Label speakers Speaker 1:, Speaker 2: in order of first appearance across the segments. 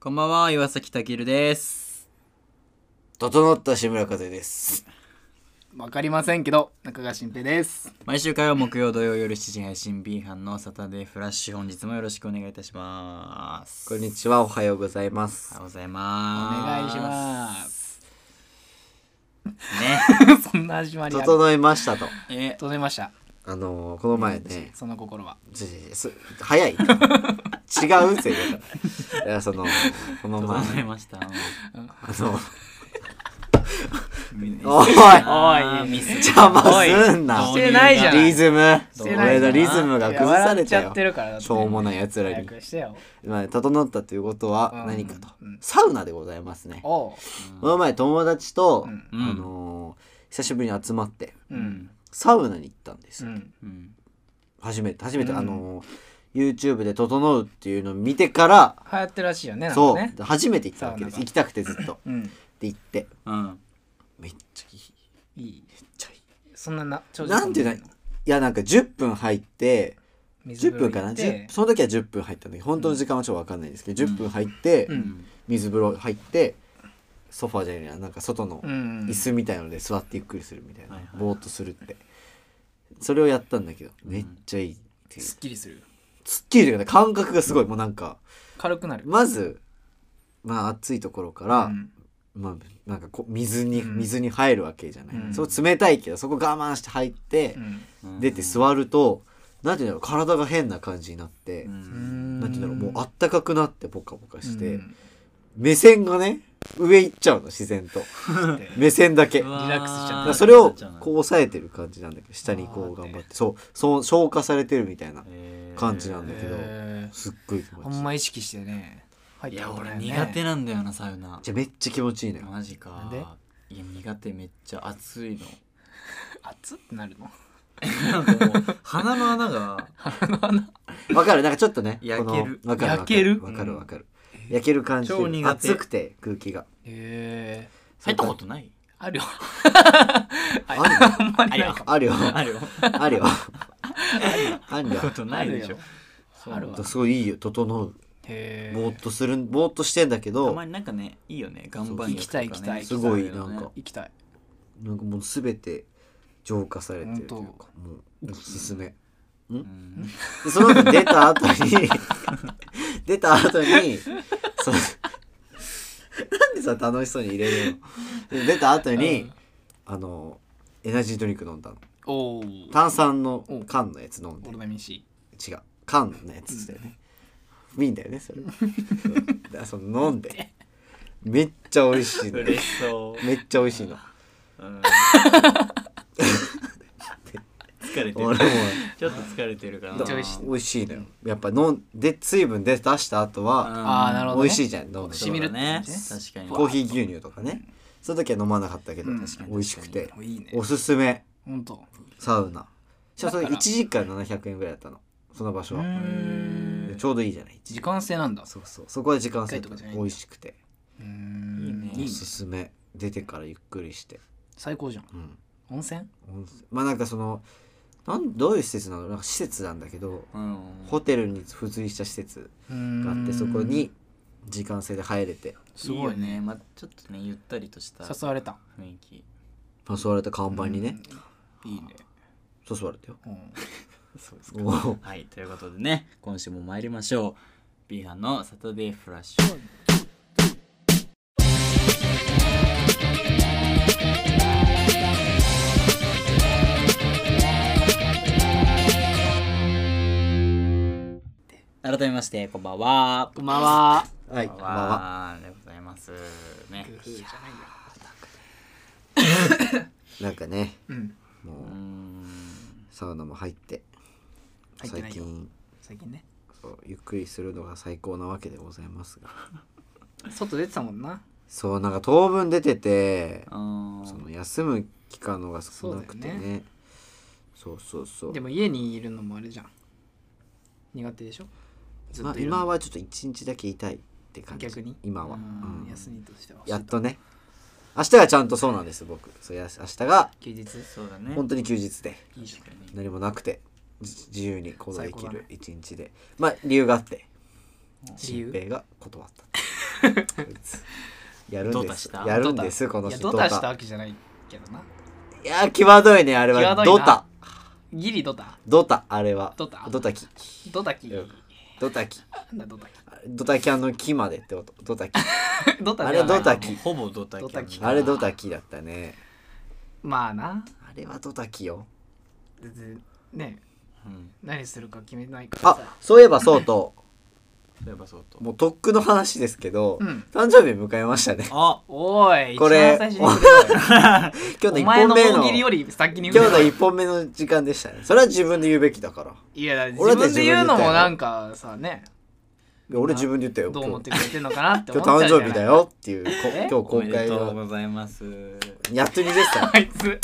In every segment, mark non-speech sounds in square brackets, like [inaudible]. Speaker 1: こんばんは、岩崎たけるです。
Speaker 2: 整った志村和也です。
Speaker 3: わかりませんけど中川新平です
Speaker 1: 毎週火曜、木曜、土曜夜7時配信 B 班のサタデーフラッシュ、本日もよろしくお願いいたします。
Speaker 2: こんにちは、おはようございま
Speaker 1: お
Speaker 2: す
Speaker 1: はよ。うござい
Speaker 3: お願
Speaker 1: ま
Speaker 3: い
Speaker 1: す。
Speaker 3: します
Speaker 1: す。ね。
Speaker 3: [laughs] そんな始まりある
Speaker 2: 整いましたと。
Speaker 1: え、
Speaker 3: 整いました
Speaker 2: あのー、この前ね、
Speaker 3: その心は
Speaker 2: ちょちょちょす早い。違うせいだから。いや、その、この前、
Speaker 1: 整いました。
Speaker 2: あの、
Speaker 1: お
Speaker 2: おい
Speaker 1: あーミス。
Speaker 2: 邪魔すんな。
Speaker 1: お
Speaker 3: してないじゃない
Speaker 2: リズム。
Speaker 1: してないじ
Speaker 2: 俺
Speaker 1: ゃ
Speaker 2: の
Speaker 1: ん
Speaker 2: リズムが崩さ
Speaker 3: いや
Speaker 2: れ
Speaker 3: 笑っち
Speaker 2: た
Speaker 3: ゃって
Speaker 2: よ。
Speaker 3: るからだって
Speaker 2: しょうもない奴ら
Speaker 3: 早
Speaker 2: に。
Speaker 3: くしてよ
Speaker 2: まあ、整ったということは何かと
Speaker 3: うんうん。
Speaker 2: サウナでございますね。
Speaker 3: おう
Speaker 2: この前、友達と、
Speaker 3: うん
Speaker 2: あのー、久しぶりに集まって、
Speaker 3: う
Speaker 1: うんん。
Speaker 2: サウナに行ったんです
Speaker 3: う
Speaker 2: よ。
Speaker 3: ん
Speaker 1: うん。
Speaker 2: 初めて初めて、
Speaker 3: うん
Speaker 2: あのー YouTube で「整う」っていうのを見てから、
Speaker 3: 流行ってるらしいよねなん
Speaker 2: そ
Speaker 3: か
Speaker 2: う、
Speaker 3: ね
Speaker 2: 初めて行ったわけです
Speaker 3: サウナが
Speaker 2: 行きたくてずっとっ
Speaker 3: うん
Speaker 2: て行って
Speaker 1: うん。
Speaker 2: めっちゃいい
Speaker 3: いいそんなな長
Speaker 2: なんて言うのいやなんか10分入って
Speaker 3: 水
Speaker 2: 10
Speaker 3: 風呂
Speaker 2: 分
Speaker 3: 行
Speaker 2: か
Speaker 3: っ
Speaker 2: な
Speaker 3: て
Speaker 2: 10その時は10分入ったんだけど本当の時間はちょっと分かんないですけど、10分入って、
Speaker 3: う
Speaker 1: うんん。
Speaker 2: 水風呂入ってソファーじゃないななんか外の
Speaker 3: うん
Speaker 2: 椅子みたいので座ってゆっくりするみたいな、
Speaker 1: はいはい
Speaker 2: ぼーっとするってそれをやったんだけどめっちゃいいっていう、
Speaker 3: すっきりする
Speaker 2: すっきりというかね感覚がすごいもうなんか
Speaker 3: 軽くなる
Speaker 2: まずまあ暑いところか
Speaker 3: う
Speaker 2: ら、
Speaker 3: ん
Speaker 2: まあなんかこう水に
Speaker 3: うん
Speaker 2: 水に入るわけじゃない、
Speaker 3: うん
Speaker 2: そう冷たいけどそこ我慢して入って
Speaker 3: う、ん
Speaker 1: うん
Speaker 2: 出て座るとなんていうんだろう体が変な感じになって、
Speaker 1: うん。
Speaker 2: なんていうんだろうもうあったかくなってポカポカして、
Speaker 3: うん
Speaker 2: 目線がね上行っちゃうの自然と
Speaker 3: で
Speaker 2: 目線だけ
Speaker 1: うわー
Speaker 3: リラックスしちゃっ
Speaker 2: だか
Speaker 3: た
Speaker 2: らそれをこう
Speaker 1: こ
Speaker 2: 抑えてる感じなんだけど下にこう頑張ってそうそう消化されてるみたいな
Speaker 1: う
Speaker 2: 感じなんだけど
Speaker 3: へ
Speaker 2: すっごい気
Speaker 3: ー
Speaker 2: 持ち
Speaker 3: あ
Speaker 2: いい
Speaker 3: んま意識してね入っ
Speaker 1: い
Speaker 3: た
Speaker 1: や、
Speaker 3: ことな
Speaker 1: 俺
Speaker 3: いよね
Speaker 1: 苦手なんだよな、サウナ。
Speaker 2: じゃあめっちゃ気持ちいいのよ
Speaker 1: マジか
Speaker 3: なんで
Speaker 1: いや苦手めっちゃ熱いの
Speaker 3: 熱ってなるの
Speaker 1: なんかもう鼻の穴が
Speaker 2: わかるなんかちょっとね
Speaker 1: 焼ける
Speaker 2: このわかる
Speaker 3: 焼ける
Speaker 2: わかるわかる焼ける感じ
Speaker 1: 超苦手
Speaker 2: 熱くて空気が
Speaker 3: へえ
Speaker 1: [laughs] 入ったことない
Speaker 3: あるよあ
Speaker 2: あ
Speaker 3: あんまりないかも
Speaker 2: あるよ
Speaker 1: あるよ
Speaker 2: あるよあるよ
Speaker 1: ことないでしょ
Speaker 3: あるよ
Speaker 1: そう
Speaker 3: あるわ
Speaker 2: すごいいいよ整う
Speaker 3: へ
Speaker 2: ぼー
Speaker 3: え
Speaker 2: っとするぼーっとしてんだけ
Speaker 1: た
Speaker 2: ど
Speaker 1: まになんかねいいよね岩盤浴と
Speaker 3: そ
Speaker 1: か
Speaker 3: う
Speaker 1: ね
Speaker 3: 行きたい行きたい
Speaker 2: すごいなんか
Speaker 3: 行きたい
Speaker 2: なんかもう全て浄化されてるというか
Speaker 3: ほ
Speaker 2: もうおすすめ
Speaker 1: うん
Speaker 2: でその後出た後に出た後にそのなんでさ楽しそうに入れるので出た後に、
Speaker 3: うん
Speaker 2: あのエナジードリンク飲んだの
Speaker 3: おお
Speaker 2: 炭酸の缶のやつ飲んで
Speaker 3: オルナミン C
Speaker 2: 違う缶のやつだよねいいんだよねそれそうだその飲んでめっちゃ美味しいの
Speaker 1: 嬉しそ
Speaker 2: めっちゃ美味しいの
Speaker 1: う、
Speaker 3: [laughs]
Speaker 1: うん、疲れて
Speaker 2: 俺
Speaker 1: る
Speaker 2: も
Speaker 1: ちょっと疲れてるから
Speaker 3: めっちゃ美味しい
Speaker 2: 美味しいのよやっぱ飲んで水分で出した後は
Speaker 3: あーなるほどね
Speaker 2: 美味しいじゃん飲んで
Speaker 3: しみるって
Speaker 1: ね
Speaker 3: 感じね
Speaker 1: 確かに
Speaker 2: コーヒー牛乳とかねその時は飲まなかったけど
Speaker 3: うん
Speaker 2: 確かに美味しくて
Speaker 3: いいね
Speaker 2: おすすめ
Speaker 3: ほんと
Speaker 2: サウナしかもそれ
Speaker 3: だから
Speaker 2: 1時間700円ぐらいだったのその場所
Speaker 3: う
Speaker 2: は
Speaker 3: ーん
Speaker 2: ちょうどいいじゃない
Speaker 3: 時間制なんだ
Speaker 2: そうそうそこは時間制
Speaker 3: 一回とかじゃないん
Speaker 2: 美
Speaker 3: だ
Speaker 2: 味しくて
Speaker 3: うーん
Speaker 1: いいね
Speaker 3: いい
Speaker 2: お
Speaker 3: ね
Speaker 2: すすめ出てからゆっくりして
Speaker 3: 最高じゃん
Speaker 2: うん
Speaker 3: 温泉
Speaker 2: 温泉まあなんかそのなんどういう施設なのなんか施設なんだけど
Speaker 1: うん
Speaker 2: ホテルに付随した施設があ
Speaker 3: が
Speaker 2: ってそこに時間制で入れて
Speaker 3: すご
Speaker 1: よ
Speaker 3: い
Speaker 1: ね
Speaker 3: ね
Speaker 1: まあちょっとねゆったりとした雰
Speaker 3: 誘われた
Speaker 1: 囲気
Speaker 2: 誘われた看板にね
Speaker 3: いいね
Speaker 2: 誘われたよ
Speaker 3: うん
Speaker 1: そうです
Speaker 2: おー
Speaker 1: はい、ということでね、今週も参りましょう。B 班のサタデーフラッシュ。改めまして、こんばんは。
Speaker 3: こんばんは
Speaker 2: はいこんばんは
Speaker 1: でございます。ね。
Speaker 3: グーじゃないよ
Speaker 2: なんかね
Speaker 3: うん
Speaker 2: も
Speaker 1: うー。
Speaker 2: うんサウナも入って
Speaker 3: 入ってな
Speaker 2: 最
Speaker 3: いよ
Speaker 2: 近
Speaker 3: 最近ね
Speaker 2: そうゆっくりするのが最高なわけでございますが
Speaker 3: 外出てたもんな
Speaker 2: そうなんか当分出てて
Speaker 1: あ
Speaker 2: その休む期間のが少なく
Speaker 3: そうだ
Speaker 2: て
Speaker 3: よ
Speaker 2: ねそうそうそう
Speaker 3: でも家にいるのもあれじゃん苦手でしょず
Speaker 2: ま
Speaker 3: っ
Speaker 2: あ
Speaker 3: といるの
Speaker 2: 今はちょっと一日だけいたいって感じ
Speaker 3: 逆に
Speaker 2: 今は、
Speaker 3: う
Speaker 2: うんん
Speaker 3: 休みとしては
Speaker 2: やっとね明日がちゃんとそうなんです僕そうや明日が
Speaker 3: 休日
Speaker 1: そうだね。
Speaker 2: 本当に休日で
Speaker 1: いいですね。
Speaker 2: 何もなくてじ自由に行動で
Speaker 3: 最
Speaker 2: き
Speaker 3: 高だ
Speaker 2: る
Speaker 3: ね
Speaker 2: 一日で、まあ理由があって
Speaker 3: 理
Speaker 2: 新
Speaker 3: 由
Speaker 2: 平が断ったやるん
Speaker 1: ド
Speaker 2: で
Speaker 1: タし
Speaker 2: す
Speaker 1: た
Speaker 2: やるんですこの
Speaker 3: いや
Speaker 2: 人
Speaker 3: ドタしたわけじゃないけどない
Speaker 2: やー際どいねあれは
Speaker 3: 際どいな
Speaker 2: ドタ
Speaker 3: ギリドタ
Speaker 2: ドタあれは
Speaker 3: ドタ
Speaker 2: ドタキ
Speaker 3: ドタキ
Speaker 2: うんドタキ
Speaker 3: なんだドタ
Speaker 2: ドタキャンの木までってことドタキ
Speaker 3: キ [laughs] ドタ
Speaker 2: あ
Speaker 3: で
Speaker 2: れ
Speaker 3: はない
Speaker 2: ドタキ
Speaker 1: ほぼドタキ
Speaker 3: ドタキ
Speaker 2: あれドタキだったね
Speaker 3: まあな
Speaker 2: あれはドタキよ
Speaker 3: 別にね
Speaker 1: うん
Speaker 3: 何するか決めないから
Speaker 2: あ
Speaker 3: さ
Speaker 2: そういえばそうと
Speaker 1: そういえばそうと
Speaker 2: もうとっくの話ですけど、
Speaker 3: うん
Speaker 2: 誕生日迎えましたね [laughs]
Speaker 1: あ
Speaker 3: おい
Speaker 2: これ
Speaker 3: 一番最初に言
Speaker 2: [laughs]
Speaker 3: って
Speaker 2: 今
Speaker 3: こい
Speaker 2: 日
Speaker 3: お前の
Speaker 2: の1本目
Speaker 3: 大
Speaker 2: の
Speaker 3: 喜利より先に
Speaker 2: 今
Speaker 3: 言う
Speaker 2: 日
Speaker 3: な
Speaker 2: の1本目の時間でしたねそれは自分で言うべきだから
Speaker 3: いや自
Speaker 2: 俺だって
Speaker 3: 分で言うの
Speaker 2: 自分で言ったよ
Speaker 3: もなんかさね
Speaker 2: いや俺自分で言ったよ
Speaker 3: どう思
Speaker 2: 今
Speaker 3: って
Speaker 2: 日
Speaker 3: くれてんのかなって思
Speaker 2: 今
Speaker 3: っ
Speaker 2: 日
Speaker 3: ちゃうじ
Speaker 2: 誕
Speaker 3: ゃない
Speaker 2: 生日だよっていうこ
Speaker 3: え
Speaker 2: 今日
Speaker 1: お
Speaker 2: 公
Speaker 1: めで
Speaker 2: 開
Speaker 1: とう
Speaker 2: の
Speaker 1: ございます
Speaker 2: やっと20歳
Speaker 3: あいつ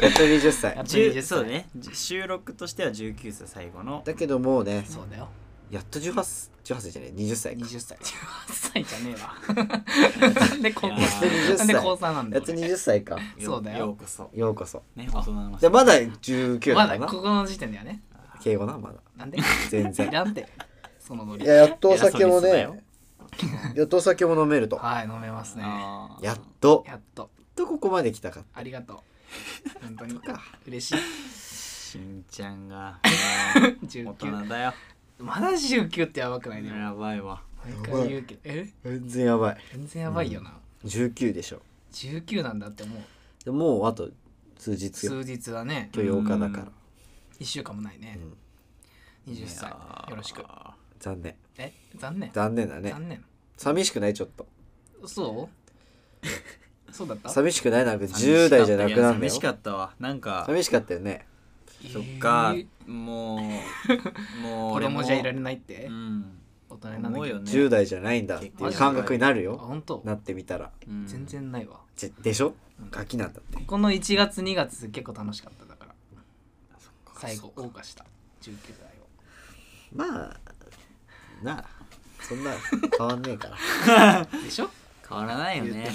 Speaker 2: やっと20歳
Speaker 3: やっと
Speaker 1: 10
Speaker 3: 20
Speaker 1: そうねじ収録としては19歳最後の
Speaker 2: だけどもうね
Speaker 3: そうだよ
Speaker 2: やっと18歳18歳じゃない20歳か
Speaker 3: 20歳18歳 [laughs] じゃねえ
Speaker 2: [laughs]
Speaker 3: わなんで高
Speaker 1: いや
Speaker 3: 3
Speaker 2: ー
Speaker 3: なんで高3なんだ
Speaker 2: やっと20歳か
Speaker 1: よ
Speaker 3: そうだよ
Speaker 1: ようこそ
Speaker 2: ようこそ
Speaker 1: ね大人の
Speaker 2: じゃあまだ19
Speaker 3: ま
Speaker 2: だ
Speaker 3: だ
Speaker 2: な
Speaker 3: ここの時点だよね
Speaker 2: 敬語なまだ
Speaker 3: なん
Speaker 1: [laughs]
Speaker 3: で [laughs]
Speaker 2: 全然
Speaker 3: いらんてそのノリ
Speaker 2: いややっとお酒も
Speaker 1: 偉そうにすな
Speaker 2: ね
Speaker 1: よ
Speaker 2: やっとお酒も飲めると
Speaker 3: はい飲めますね
Speaker 1: あー
Speaker 2: やっとや
Speaker 3: やっと
Speaker 2: っとここまで来たか
Speaker 3: ありがとう本当に
Speaker 2: か
Speaker 3: 嬉しい
Speaker 1: しんちゃん
Speaker 3: [laughs]
Speaker 1: が大
Speaker 3: 19
Speaker 1: 人だよ
Speaker 3: まだ19ってやばくないね
Speaker 1: やばいわ
Speaker 3: 毎回言うけどえ
Speaker 2: 全然やばい
Speaker 3: 全然やばいよな
Speaker 2: 19でしょ
Speaker 3: 19なんだって思う
Speaker 2: でもうあと数日よ
Speaker 3: 数日だね
Speaker 2: 今日8日だから
Speaker 3: 1週間もないね
Speaker 2: うん
Speaker 3: 20歳
Speaker 1: いやー
Speaker 3: よろしく
Speaker 2: 残念
Speaker 3: え残念
Speaker 2: 残念だね
Speaker 3: 残念
Speaker 2: 寂しくないちょっと
Speaker 3: そう
Speaker 1: [laughs]
Speaker 3: そうだった
Speaker 2: 寂しくないなんか
Speaker 1: 寂しか
Speaker 2: 10
Speaker 1: った
Speaker 2: 代じゃなくなん
Speaker 1: い
Speaker 2: だ
Speaker 1: や寂
Speaker 2: よ
Speaker 1: しかったわなんか
Speaker 2: 寂しかったよね
Speaker 1: そっか
Speaker 3: えー
Speaker 1: もうもう
Speaker 3: [laughs] 子
Speaker 1: 俺も
Speaker 3: 供じゃいられないって
Speaker 1: うん
Speaker 3: 大人になら
Speaker 1: 思
Speaker 3: な
Speaker 1: う
Speaker 3: きゃ
Speaker 1: よね
Speaker 2: 10代じゃないんだっていう感覚になる
Speaker 3: あ
Speaker 2: よ
Speaker 3: 本当
Speaker 2: なってみたら
Speaker 1: うん
Speaker 3: 全然ないわ
Speaker 2: ちでしょガキなんだって
Speaker 3: この1月2月結構楽しかっただから
Speaker 1: そっか
Speaker 3: 最後謳歌した19代を
Speaker 2: まあなあそ [laughs] んな変わんねえから
Speaker 3: でしょ
Speaker 1: 変わらないよね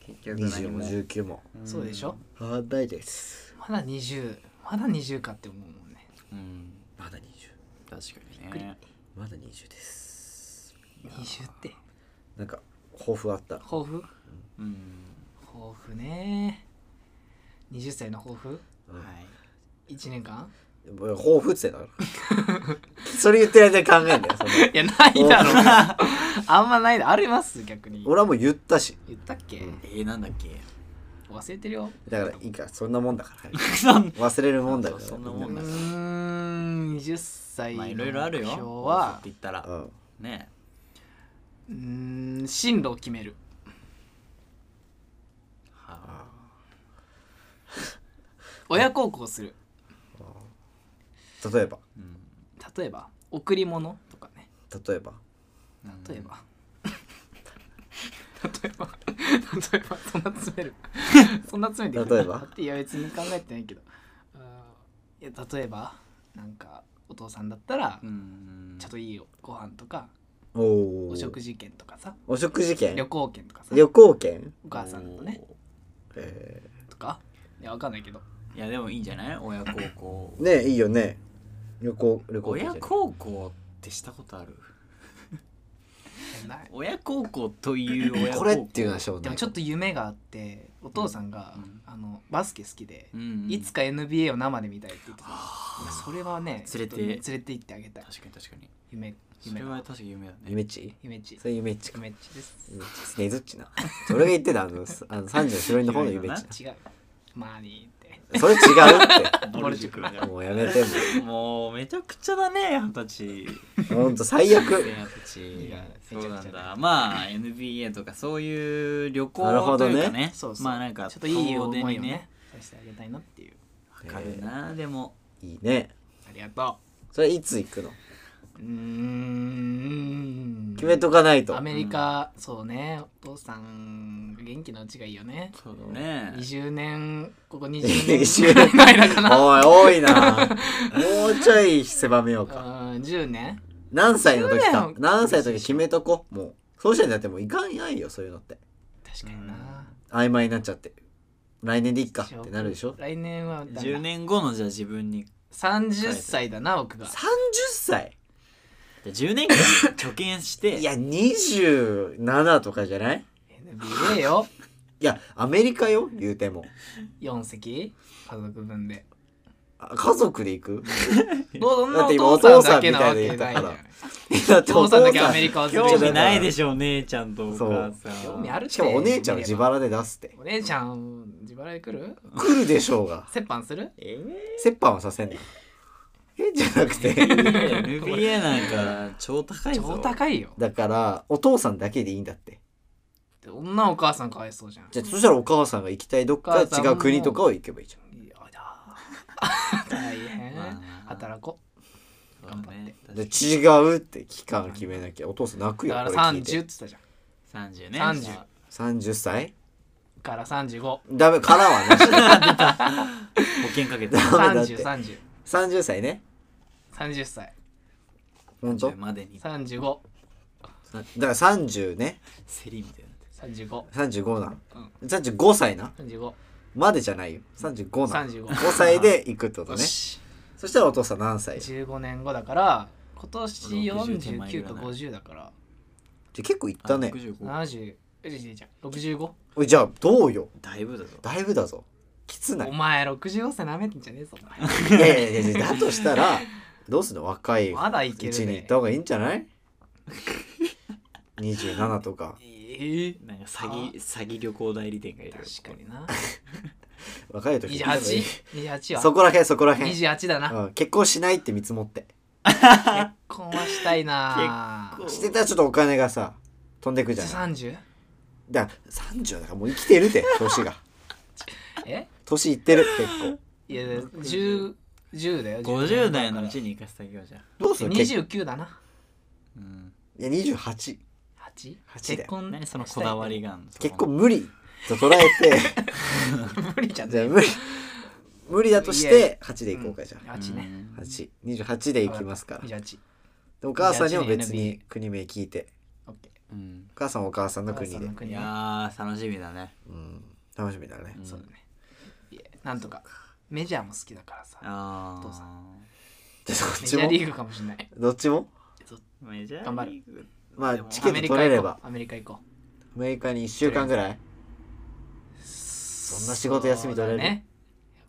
Speaker 1: 結局
Speaker 2: 20も19も
Speaker 3: そうでしょ
Speaker 2: 変わんないです
Speaker 3: まだ20まだ20かって思うもんね
Speaker 1: うん
Speaker 2: まだ20
Speaker 1: 確かに
Speaker 3: びっ
Speaker 1: ね
Speaker 2: まだ20です
Speaker 3: 20って
Speaker 2: なんか抱負あった
Speaker 3: 抱負
Speaker 1: うん
Speaker 3: 抱負ね20歳の抱負
Speaker 1: はい
Speaker 3: 1年間
Speaker 2: 抱負っつってたから [laughs] それ言ってる間に考えんだよその
Speaker 3: いやないだろうあんまないだあります逆に
Speaker 2: 俺はもう言ったし
Speaker 3: 言ったっけ
Speaker 2: うん
Speaker 1: えー、なんだっけ
Speaker 3: 忘れてるよ
Speaker 2: だからいいからそんなもんだから
Speaker 1: なん
Speaker 2: 忘れるもんだから
Speaker 1: そんなも
Speaker 3: うん
Speaker 1: だから
Speaker 3: ーん20歳
Speaker 1: まあ
Speaker 3: の
Speaker 1: いろいろあるよ
Speaker 3: 目標
Speaker 1: 抱負っ
Speaker 3: は
Speaker 1: て言ったら
Speaker 2: うん
Speaker 1: ね
Speaker 3: うーん進路を決める
Speaker 1: は
Speaker 3: 親孝行する
Speaker 2: 例えば
Speaker 1: うん
Speaker 3: 例えば贈り物とかね
Speaker 2: 例えば
Speaker 3: 例えば [laughs] 例えば例えばそんな詰め
Speaker 2: [laughs]
Speaker 3: るそんな詰めていく
Speaker 2: 例えば
Speaker 3: いや別に考えてないけどあーいや例えばなんかお父さんだったら、
Speaker 1: うん
Speaker 3: ちょっといいご飯とか
Speaker 2: おお
Speaker 3: お食事券とかさ
Speaker 2: お食事券
Speaker 3: 旅行券とかさ
Speaker 2: 旅行券
Speaker 3: お母さんとね
Speaker 2: え
Speaker 3: とかいやわかんないけど
Speaker 1: いやでもいいんじゃない親孝行
Speaker 2: ー、ねえいいよね旅行旅行券じゃ
Speaker 1: 親
Speaker 2: ない
Speaker 1: 孝行ってしたことある
Speaker 3: ない
Speaker 1: 親孝行という親孝行
Speaker 2: これっていうのはしょうが
Speaker 3: で
Speaker 2: な
Speaker 3: も
Speaker 2: い
Speaker 3: ちょっと夢があってお父さんが、
Speaker 1: うん
Speaker 3: あのバスケ好きで、
Speaker 1: うんうん
Speaker 3: いつか NBA を生で見たいって言ってたいやそれはね
Speaker 1: 連れて
Speaker 3: ちょっとね連れて行ってあげたい
Speaker 1: 確かに確かに
Speaker 3: 夢
Speaker 1: そ
Speaker 3: 夢
Speaker 1: れ
Speaker 3: だ
Speaker 1: は確かに夢だね
Speaker 2: 夢ち
Speaker 3: 夢ち
Speaker 2: それ夢ちか
Speaker 3: 夢ちです
Speaker 2: 夢ちねずっちな俺が言ってたあのすあの三時の白いの方の夢ち
Speaker 3: 違うマーニーって
Speaker 2: それ違うっ
Speaker 1: ぼる塾
Speaker 2: てもうやめても
Speaker 1: もうめちゃくちゃだね二十歳
Speaker 2: うほんと最悪
Speaker 1: 二十
Speaker 3: [laughs] いや
Speaker 1: 歳そうな
Speaker 3: めちゃく
Speaker 1: ん
Speaker 3: ちゃ
Speaker 1: だまあ NBA とかそういう旅
Speaker 2: なる
Speaker 1: 行
Speaker 2: ほ
Speaker 1: と
Speaker 2: どね
Speaker 1: いうかね
Speaker 3: そうそう
Speaker 1: まあなんか
Speaker 3: ちょっといい
Speaker 1: 遠出
Speaker 3: 思い
Speaker 1: に
Speaker 3: を
Speaker 1: ね
Speaker 3: ねさせてあげたいなっていう
Speaker 1: わかるなでも
Speaker 2: いいね
Speaker 3: ありがと
Speaker 2: それいつ行くの
Speaker 3: ううーん
Speaker 2: 決めとかないと
Speaker 3: アメリカ、そうねお父さん元気なうちがいいよね
Speaker 1: そうだね
Speaker 3: 20年ここ20
Speaker 2: [laughs] 20
Speaker 3: 年ぐらいだ
Speaker 1: [laughs]
Speaker 3: かな
Speaker 2: おい多い
Speaker 3: [laughs]
Speaker 2: なもうちょい狭めよう
Speaker 3: う
Speaker 2: か
Speaker 3: ーん10年
Speaker 2: 何歳の時
Speaker 3: そうだ
Speaker 2: か
Speaker 3: よ
Speaker 2: 何歳の時決めとこうもうそうしたらだってもういかんやいよそういうのって
Speaker 3: 確かにな
Speaker 2: 曖昧になっちゃって来年でいっかってなるでしょ
Speaker 3: 来年はだな
Speaker 1: 10年後のじゃあ自分に
Speaker 3: 30歳だな僕が
Speaker 2: 30歳
Speaker 1: 10年間貯金して
Speaker 2: いや27とかじゃない
Speaker 3: NBA よ
Speaker 2: いやアメリカよ言うても
Speaker 3: 4席家族分で
Speaker 2: あ家族で行
Speaker 3: [laughs]
Speaker 2: く
Speaker 3: もうそんな
Speaker 2: だっ
Speaker 3: お
Speaker 2: て今
Speaker 3: 父さんだけなわ
Speaker 2: お
Speaker 3: け
Speaker 2: 父さんみた
Speaker 3: ないい
Speaker 2: な
Speaker 3: じゃない
Speaker 2: 言っただって
Speaker 3: お父さんだけアメ
Speaker 2: リ
Speaker 3: リカはず
Speaker 1: 興
Speaker 3: れ
Speaker 1: 味
Speaker 3: て
Speaker 1: ないでしょお姉ちゃんとお母さん
Speaker 3: 興味あるって
Speaker 2: しかもお姉ちゃんは自腹で出すって
Speaker 3: お姉ちゃん自腹で来る
Speaker 2: 来るでしょうが
Speaker 3: 折半する
Speaker 1: え
Speaker 2: 折半はさせんなえじゃなくて
Speaker 1: ー NBA なんか超高いぞ
Speaker 3: 超高いよ
Speaker 2: だからお父さんだけでいいんだって
Speaker 3: 女お母さんかわいそうじゃん
Speaker 2: じゃあそしたらお母さんが行きたいどっか
Speaker 3: お母さん
Speaker 2: 違
Speaker 3: も
Speaker 2: う国とかを行けばいいじゃん
Speaker 3: いやだ [laughs] 大変
Speaker 1: まあまあ
Speaker 3: 働こ
Speaker 1: そうだね
Speaker 2: で
Speaker 1: 確か
Speaker 2: 違うって期間決めなきゃお父さん泣く
Speaker 3: う
Speaker 2: よ
Speaker 3: だ
Speaker 2: こ
Speaker 3: から
Speaker 2: れ
Speaker 3: 30っ
Speaker 2: 聞い
Speaker 3: て言っててたじゃん
Speaker 1: に30ね
Speaker 3: 30
Speaker 1: まあ
Speaker 2: 30歳
Speaker 3: から353030
Speaker 2: ダメからはなし
Speaker 3: [laughs]
Speaker 1: 保険かけて
Speaker 2: だ [laughs] ダメだって
Speaker 3: 30
Speaker 2: 30歳ね
Speaker 3: 30歳
Speaker 2: ほんと
Speaker 1: 30までに
Speaker 3: 3535
Speaker 2: だから30ね
Speaker 1: セリみたいになって
Speaker 3: 35
Speaker 2: 35な、35歳な
Speaker 3: 35
Speaker 2: までじゃないよ35な
Speaker 3: 35
Speaker 2: 5歳で行くってこと
Speaker 3: よ
Speaker 2: ね
Speaker 3: し
Speaker 2: そしたらお父さん何歳じゃ
Speaker 3: 15年後だから今年
Speaker 1: 60手前ぐ
Speaker 3: 49
Speaker 1: ら
Speaker 3: と
Speaker 1: い
Speaker 3: 50だから
Speaker 2: あ結構行ったね
Speaker 1: あ65
Speaker 3: 70えじいちゃん65
Speaker 2: おいじゃあどうよ
Speaker 1: だいぶだぞ
Speaker 2: だいぶだぞきつな
Speaker 3: お
Speaker 2: い
Speaker 3: 前65歳なめてんじゃねえぞお前
Speaker 2: いやいやいやだとしたらどうすんの若い
Speaker 3: まだいけ
Speaker 2: う
Speaker 3: る
Speaker 2: ちに行
Speaker 3: ね
Speaker 2: った方がいいんじゃない27とか
Speaker 3: ええ
Speaker 1: なんか詐欺詐欺旅行代理店がいる
Speaker 3: 確かにな
Speaker 2: 若い時に行った方がいい
Speaker 3: 28?28 は
Speaker 2: そこらへんそこらへん、
Speaker 3: 28だな
Speaker 2: うん、結婚しないって見積もって
Speaker 3: 結婚はしたいな
Speaker 1: 結構
Speaker 2: してたらちょっとお金がさ飛んでくじゃない
Speaker 3: 30?
Speaker 2: だから30だからもう生きてるって
Speaker 3: [laughs]
Speaker 2: 年が
Speaker 3: え
Speaker 2: 年いってる結構
Speaker 3: いや10 10だよ
Speaker 1: 50代のう
Speaker 3: に
Speaker 1: ちに行かせてあげようじゃん
Speaker 2: どうする結い
Speaker 3: 29だな
Speaker 1: うん
Speaker 2: や28
Speaker 3: 8?
Speaker 2: 八だ
Speaker 3: 結
Speaker 2: よ
Speaker 3: 婚
Speaker 1: 何そのこだわりがあんの
Speaker 2: 結構無理と捉え
Speaker 3: [laughs]
Speaker 2: て
Speaker 3: したいね無理じゃん
Speaker 2: じゃあ無理無理だとして8で行こうかじゃあ
Speaker 3: 8ね
Speaker 2: 828で行きますから
Speaker 3: 28
Speaker 2: でお母さんにも別
Speaker 3: 28
Speaker 2: に
Speaker 3: で
Speaker 2: 国名聞いて
Speaker 3: オッケ
Speaker 1: うん
Speaker 2: お母さんはお母さん
Speaker 3: ー
Speaker 2: の国
Speaker 3: お母さん
Speaker 2: で
Speaker 3: の
Speaker 1: い
Speaker 3: 国ね
Speaker 1: やー楽しみだね
Speaker 2: うん楽しみだね
Speaker 1: うん
Speaker 3: そうだねいやなんとかメジャーも好きだからさ
Speaker 1: あ
Speaker 3: お父さ
Speaker 1: あ
Speaker 2: でどっ
Speaker 3: メ
Speaker 2: ち
Speaker 3: ジャー
Speaker 2: も
Speaker 3: リーグかもしれない
Speaker 2: どっちも
Speaker 1: メジャー
Speaker 3: 頑張る
Speaker 1: リーグ
Speaker 2: まあ
Speaker 1: でも
Speaker 2: チケ
Speaker 3: ア
Speaker 2: ッ
Speaker 3: メ
Speaker 2: ト
Speaker 3: リ
Speaker 2: 取
Speaker 3: カ
Speaker 2: れれ
Speaker 3: 行こ
Speaker 2: ば
Speaker 3: うアメリカ行こ
Speaker 2: アメリカに1週間ぐらい
Speaker 3: う
Speaker 2: そ
Speaker 3: そ
Speaker 2: んな仕事休み取れる
Speaker 3: うだね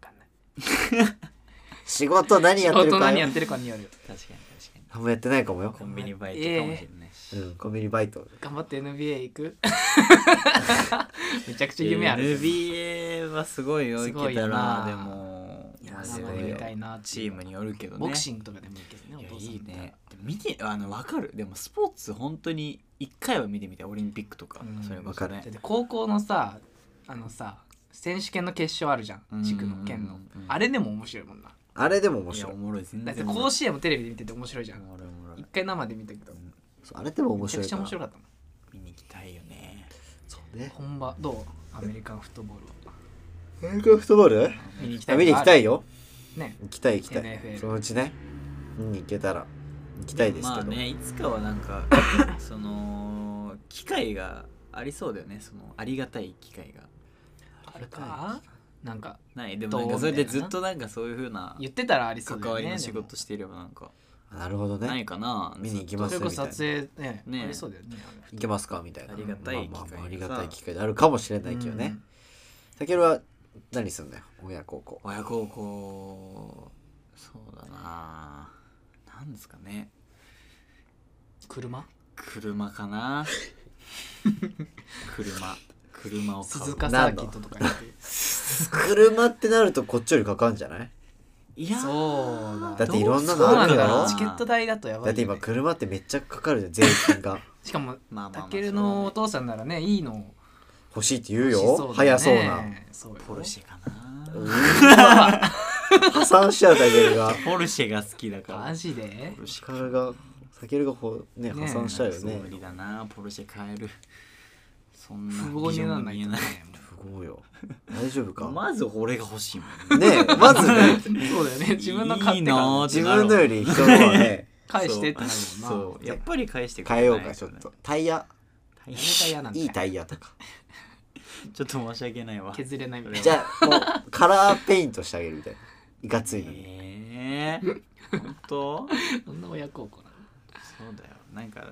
Speaker 3: わかんない
Speaker 2: 仕事何や
Speaker 3: 仕
Speaker 2: ってる
Speaker 3: 事
Speaker 2: か
Speaker 3: 何
Speaker 2: よ
Speaker 3: やってるかによるよ
Speaker 1: 確かに確かに
Speaker 2: 何もやってないかもよ
Speaker 1: コンビニバイトかもしれないし、
Speaker 2: うんコンビニバイト
Speaker 3: 頑張って NBA 行くめちゃくちゃ夢ある
Speaker 1: NBA はすごいよ
Speaker 3: す
Speaker 1: い
Speaker 3: ご
Speaker 1: け
Speaker 3: いよ
Speaker 1: た
Speaker 3: な
Speaker 1: らでも
Speaker 3: いや
Speaker 1: マジ
Speaker 2: す
Speaker 1: で
Speaker 2: ごいよ
Speaker 3: 見たいなっていう
Speaker 1: チームによるけどね
Speaker 3: ボクシングとかでもいいけど
Speaker 1: い
Speaker 3: ね
Speaker 1: や
Speaker 3: お父さん
Speaker 1: いい
Speaker 3: みたいな
Speaker 1: ねでも見てあの分かるでもスポーツ本当に一回は見てみたいオリンピックとか、
Speaker 3: うん
Speaker 1: それこそ
Speaker 2: わ
Speaker 1: ね
Speaker 3: だって高校のさあのさ選手権の決勝あるじゃ
Speaker 1: うん
Speaker 3: ん地区の県の
Speaker 1: うん
Speaker 3: あれでも面白いもんな
Speaker 2: あれでも面
Speaker 1: いや
Speaker 2: 白い
Speaker 1: おもろい全
Speaker 3: だって
Speaker 1: 然おもろ
Speaker 3: 甲
Speaker 1: い
Speaker 3: 子園もテレビで見てて面白いじゃ
Speaker 1: お
Speaker 3: ん
Speaker 1: もろいおもろい
Speaker 3: 一回生で見たけど
Speaker 2: そうあれでも面
Speaker 3: めちゃ
Speaker 2: 白
Speaker 3: く
Speaker 2: い
Speaker 3: ちゃ面白
Speaker 2: か
Speaker 3: かったもん
Speaker 1: 見に行きたいよね
Speaker 2: そうね
Speaker 3: 本場どうアメリカンフットボールは
Speaker 2: アメリカンフットボール
Speaker 3: 見に行きた
Speaker 2: あ
Speaker 3: い
Speaker 2: 見に行きた
Speaker 3: い
Speaker 2: いよ
Speaker 3: ね
Speaker 2: 行きたい行きたい
Speaker 3: NFL
Speaker 2: そのうちね見に行けたら行きたいです
Speaker 1: ま
Speaker 2: け
Speaker 1: あ
Speaker 2: ど
Speaker 1: ねいつかはなんかその機会がありそうだよねそのありがたい機会が
Speaker 3: あるかなんか
Speaker 1: ないでもなん
Speaker 3: ど
Speaker 1: か
Speaker 3: う
Speaker 1: それで
Speaker 3: みたい
Speaker 1: ず
Speaker 3: な
Speaker 1: っとなんかそういうふうな
Speaker 3: 言ってたらありそ
Speaker 1: 関
Speaker 3: うだよ
Speaker 1: わ
Speaker 3: ね
Speaker 1: りの仕
Speaker 3: で
Speaker 1: 事していればなんか
Speaker 2: なるほど
Speaker 1: な
Speaker 2: ね
Speaker 1: いかな
Speaker 2: 見に行き
Speaker 3: も
Speaker 2: ま
Speaker 3: それ
Speaker 2: す
Speaker 3: こ
Speaker 2: みた
Speaker 3: そ
Speaker 2: いな
Speaker 3: 撮影ね
Speaker 1: ね
Speaker 3: ありそうだよね
Speaker 2: 行けますかみたいな
Speaker 1: ありがたい
Speaker 2: まあまあまああり
Speaker 1: 機会が
Speaker 2: が
Speaker 1: さ
Speaker 2: たい機会であるかもしれないけどねたけるは何すんだよ親孝行
Speaker 1: 親孝行そうだななんですかね
Speaker 3: 車
Speaker 1: 車かな車車を買
Speaker 3: 鈴
Speaker 1: う
Speaker 3: 鹿サーキットとか行って
Speaker 2: 車ってなるとこっちよりかかんじゃない
Speaker 1: いやー
Speaker 3: そうだ
Speaker 2: だっていろんな
Speaker 3: そ
Speaker 2: の
Speaker 3: うな
Speaker 2: あ
Speaker 3: ん
Speaker 2: る
Speaker 3: だ
Speaker 2: よ
Speaker 3: なチケット代だとやばい
Speaker 2: だ
Speaker 3: よ
Speaker 2: って
Speaker 3: ね、
Speaker 2: 今車ってめっちゃかかるじゃん税金が
Speaker 3: しかも
Speaker 1: まあまあまあ
Speaker 3: たけるのお父さんならねいいの
Speaker 2: 欲しいって言う
Speaker 3: 欲し
Speaker 2: よ
Speaker 3: だね
Speaker 2: 早そうな
Speaker 3: [laughs] そうよ
Speaker 1: ポルシェかな
Speaker 2: うわ破産しちゃうたけるが
Speaker 1: ポルシェが好きだから
Speaker 3: マジで
Speaker 1: ポルシ
Speaker 2: シカルがサケルがほね
Speaker 3: ね
Speaker 2: 破産しちゃうよ
Speaker 1: そう
Speaker 2: ね
Speaker 1: 無理だなポルシェ買えるそんな
Speaker 3: 不合にならない
Speaker 1: ビジョン
Speaker 3: と
Speaker 1: が
Speaker 3: ね
Speaker 1: 見
Speaker 2: 不合よ大丈夫
Speaker 1: えない
Speaker 2: か
Speaker 1: まず俺が欲しいもん
Speaker 2: ねえま
Speaker 3: [laughs]
Speaker 2: ずね
Speaker 3: そうだよね自分の買ってか
Speaker 1: いいな
Speaker 3: ら
Speaker 1: ー
Speaker 2: 自分のより人のはね
Speaker 3: 返してってなるもんな
Speaker 1: そうやっぱり返してくれ
Speaker 2: 変
Speaker 1: な
Speaker 2: え
Speaker 1: い
Speaker 2: ようかちょっとタイヤ
Speaker 1: 大変
Speaker 3: やめたら嫌なんだ
Speaker 2: いい
Speaker 3: よ
Speaker 2: タイヤとか
Speaker 1: ちょっと申し訳ないわ
Speaker 3: 削れないみたいな
Speaker 2: じゃあもうカラーペイントしてあげるみたいないかついのに
Speaker 1: ええー、本当
Speaker 3: そんな親孝行なの
Speaker 1: そうだよなんか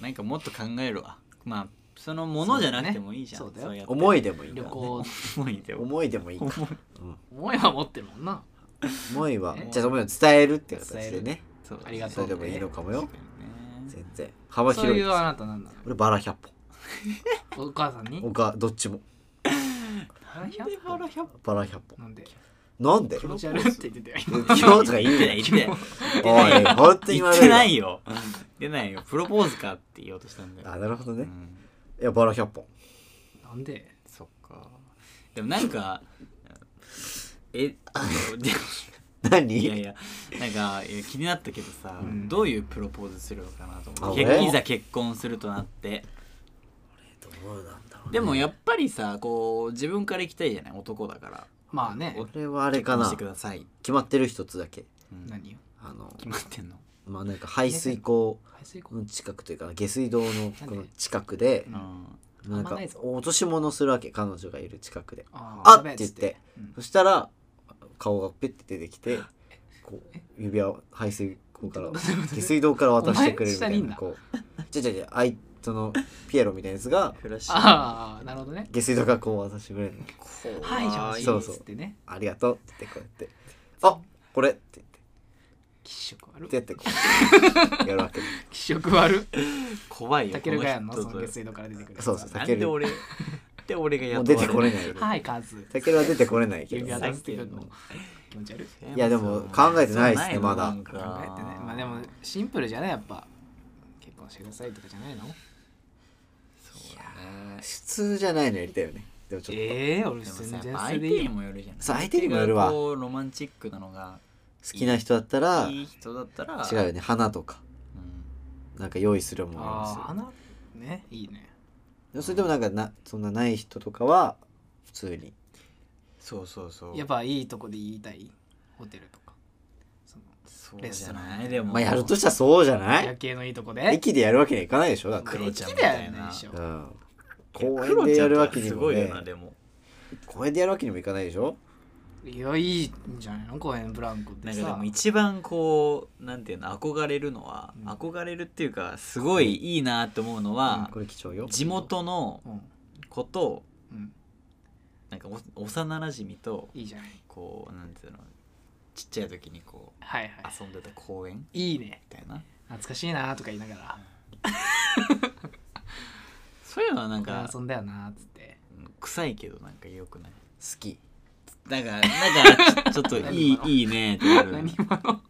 Speaker 1: なんかもっと考えるわまあそのものじゃなくてもいいじゃん
Speaker 3: そうだねそうだよ
Speaker 2: 思
Speaker 1: い
Speaker 2: いでもいいか
Speaker 3: 旅
Speaker 2: ら、ね、
Speaker 3: 行
Speaker 1: 思いで
Speaker 2: 思いでもいいか
Speaker 1: 思い
Speaker 2: うん
Speaker 3: 思いは持ってるもんな
Speaker 2: 思いは
Speaker 3: ね
Speaker 2: じゃあ思いを伝えるって形で
Speaker 3: 伝
Speaker 2: ね
Speaker 1: そうだね
Speaker 3: ありが
Speaker 2: そ
Speaker 3: とう
Speaker 2: れでもいいのかもよ
Speaker 1: 確かにね
Speaker 2: 全然幅
Speaker 3: そう
Speaker 2: 広い
Speaker 3: い
Speaker 2: で
Speaker 3: うあなたなんだ
Speaker 2: す俺バラ100
Speaker 3: お母さんに
Speaker 2: 本他どっちも
Speaker 1: な
Speaker 3: 腹
Speaker 1: んで腹100
Speaker 2: バラ100本
Speaker 3: なんで
Speaker 2: なんで
Speaker 3: 気持ち悪いって言ってたよ今
Speaker 2: 昨日とか言
Speaker 1: 言っ
Speaker 2: う
Speaker 1: て
Speaker 2: な
Speaker 1: ない言っ
Speaker 2: い
Speaker 1: てない
Speaker 2: おい本当に
Speaker 1: 言っ
Speaker 2: 悪い
Speaker 1: て
Speaker 2: わ
Speaker 1: ないよ言ってないよプロポーズかって言おうとしたんだよ
Speaker 2: あなるほど
Speaker 1: う
Speaker 2: ね
Speaker 1: ん
Speaker 2: いやバラ100本
Speaker 3: なんで
Speaker 1: そっかでもなんかえで
Speaker 2: [laughs] 何
Speaker 1: いやいやなんかいや気になったけどさ、
Speaker 3: うん
Speaker 1: どういうプロポーズするのかなと思っ
Speaker 2: あ
Speaker 1: て
Speaker 2: 俺
Speaker 1: けいざ結婚するとなって
Speaker 2: どうなんだろうね
Speaker 1: でもやっぱりさこう自分から行きたいじゃない男だから
Speaker 3: まあね
Speaker 2: 俺はあれ
Speaker 1: 結
Speaker 2: か
Speaker 1: 婚し
Speaker 2: な
Speaker 1: てください、
Speaker 2: 決まってる一つだけ
Speaker 1: うん
Speaker 3: 何よ
Speaker 2: あの
Speaker 1: 決まってんの
Speaker 2: まあなんか排水溝
Speaker 3: 排水溝
Speaker 2: の近くというか下水道のこの近くで
Speaker 3: うん
Speaker 1: うん
Speaker 2: なん
Speaker 3: あんま
Speaker 2: か
Speaker 3: ないぞ
Speaker 2: 落とし物するわけ彼女がいる近くで
Speaker 3: あ
Speaker 2: あ
Speaker 3: やべえ
Speaker 2: って言って
Speaker 3: うん
Speaker 2: そしたら顔がペッて出てきてこう指輪を排水溝 [laughs] から下水道から渡してくれるみたいな
Speaker 3: お
Speaker 2: こうじゃじゃじゃあいそのピエロみたいなやつが
Speaker 1: フラッシュ
Speaker 3: ああなるほどね
Speaker 2: 下水道からこう渡してくれるの
Speaker 3: はいじゃあ
Speaker 2: い
Speaker 3: いい
Speaker 2: そう
Speaker 3: で
Speaker 2: そ
Speaker 3: す
Speaker 2: う
Speaker 3: ってね
Speaker 2: ありがとうって言ってこうやってあこれって言って
Speaker 3: 気色悪
Speaker 2: ってやってこうやるわ [laughs] け
Speaker 3: 気色悪
Speaker 1: 怖いよ
Speaker 3: タケルがやんの
Speaker 1: こ
Speaker 3: そ
Speaker 1: 人
Speaker 3: の下水道から出てくるやつ
Speaker 2: そうそう
Speaker 1: なん
Speaker 2: タケ
Speaker 1: で
Speaker 2: ル
Speaker 1: 俺で俺がや
Speaker 2: もう
Speaker 1: っ
Speaker 2: 出てこれない
Speaker 3: はいカズ
Speaker 2: タケルは出てこれないけど
Speaker 3: 指輪
Speaker 1: さ
Speaker 3: 出
Speaker 1: っ
Speaker 3: して
Speaker 1: き
Speaker 3: くる
Speaker 1: の
Speaker 3: の気持ち悪い
Speaker 2: いやでも考えてないっすねまだ
Speaker 3: 考えてねまあでもシンプルじゃないやっぱ結婚してくださいとかじゃないの
Speaker 1: そうだね
Speaker 2: 普通じゃないのやりたいよねでもちょっと、
Speaker 3: ええ俺
Speaker 1: でも
Speaker 3: 全
Speaker 1: さ
Speaker 3: 然
Speaker 1: やっぱ
Speaker 3: そ
Speaker 1: 相
Speaker 3: れ
Speaker 1: 手
Speaker 3: でいい
Speaker 1: に
Speaker 3: よ
Speaker 1: もよるじゃない
Speaker 2: そう相手にもよるわ
Speaker 1: 相手がこうロマンチックなのが
Speaker 2: 好きな人だったら
Speaker 1: いい人だったら
Speaker 2: 違うよね花とか
Speaker 1: うん
Speaker 2: なんか用意するもの
Speaker 3: ああ
Speaker 2: あ
Speaker 3: 花ねいいね
Speaker 2: るそれでもなんかなそんなない人とかは普通に
Speaker 1: そうそうそう
Speaker 3: やっぱいいとこで言いたいホテルとかその
Speaker 1: そう
Speaker 3: レ
Speaker 1: じ
Speaker 3: ス
Speaker 1: ゃ
Speaker 3: トラン
Speaker 1: ないでも
Speaker 2: まあやるとしたらそうじゃな
Speaker 3: 夜
Speaker 2: い
Speaker 3: 景のいいとこで
Speaker 2: 駅でやるわけにはいかないでしょだっ
Speaker 3: ま
Speaker 2: て
Speaker 3: あ
Speaker 1: 黒ちゃん
Speaker 3: 駅
Speaker 1: みた
Speaker 3: だ
Speaker 1: い
Speaker 3: よ
Speaker 1: な
Speaker 3: ね一緒
Speaker 2: うん公
Speaker 1: 公
Speaker 2: 園
Speaker 1: 園
Speaker 2: で
Speaker 1: で
Speaker 2: や
Speaker 1: や
Speaker 2: る
Speaker 1: る
Speaker 2: わ
Speaker 1: わ
Speaker 2: け
Speaker 1: け
Speaker 2: に
Speaker 1: に
Speaker 2: も
Speaker 1: も
Speaker 2: ね
Speaker 1: ねでも
Speaker 2: 公園でやるわけにもいかないでしょ
Speaker 3: いやいいんじゃないの公園ブランコって
Speaker 1: なんかで
Speaker 3: さ
Speaker 1: も一番こうなんていうの憧れるのは、
Speaker 3: うん
Speaker 1: 憧れるっていうかすごいいいなって思うのは、
Speaker 2: これ貴重よ
Speaker 1: 地元の
Speaker 3: うん
Speaker 1: 子と
Speaker 3: うん
Speaker 1: なんかお幼なじみと
Speaker 3: いいじゃない
Speaker 1: こうなんていうのちっちゃい時にこう
Speaker 3: はいは
Speaker 1: 遊んでた公園
Speaker 3: いいいね
Speaker 1: みたいな
Speaker 3: 懐かしいなとか言いながら
Speaker 1: そういうのはなん
Speaker 3: なん
Speaker 1: か
Speaker 3: か遊んだよなっつ
Speaker 1: [laughs]
Speaker 3: って
Speaker 1: 臭いけどなんか良くない
Speaker 2: 好き
Speaker 1: だからだからちょ [laughs] ちょっといい
Speaker 3: 何
Speaker 1: いいねってなる
Speaker 3: 何今の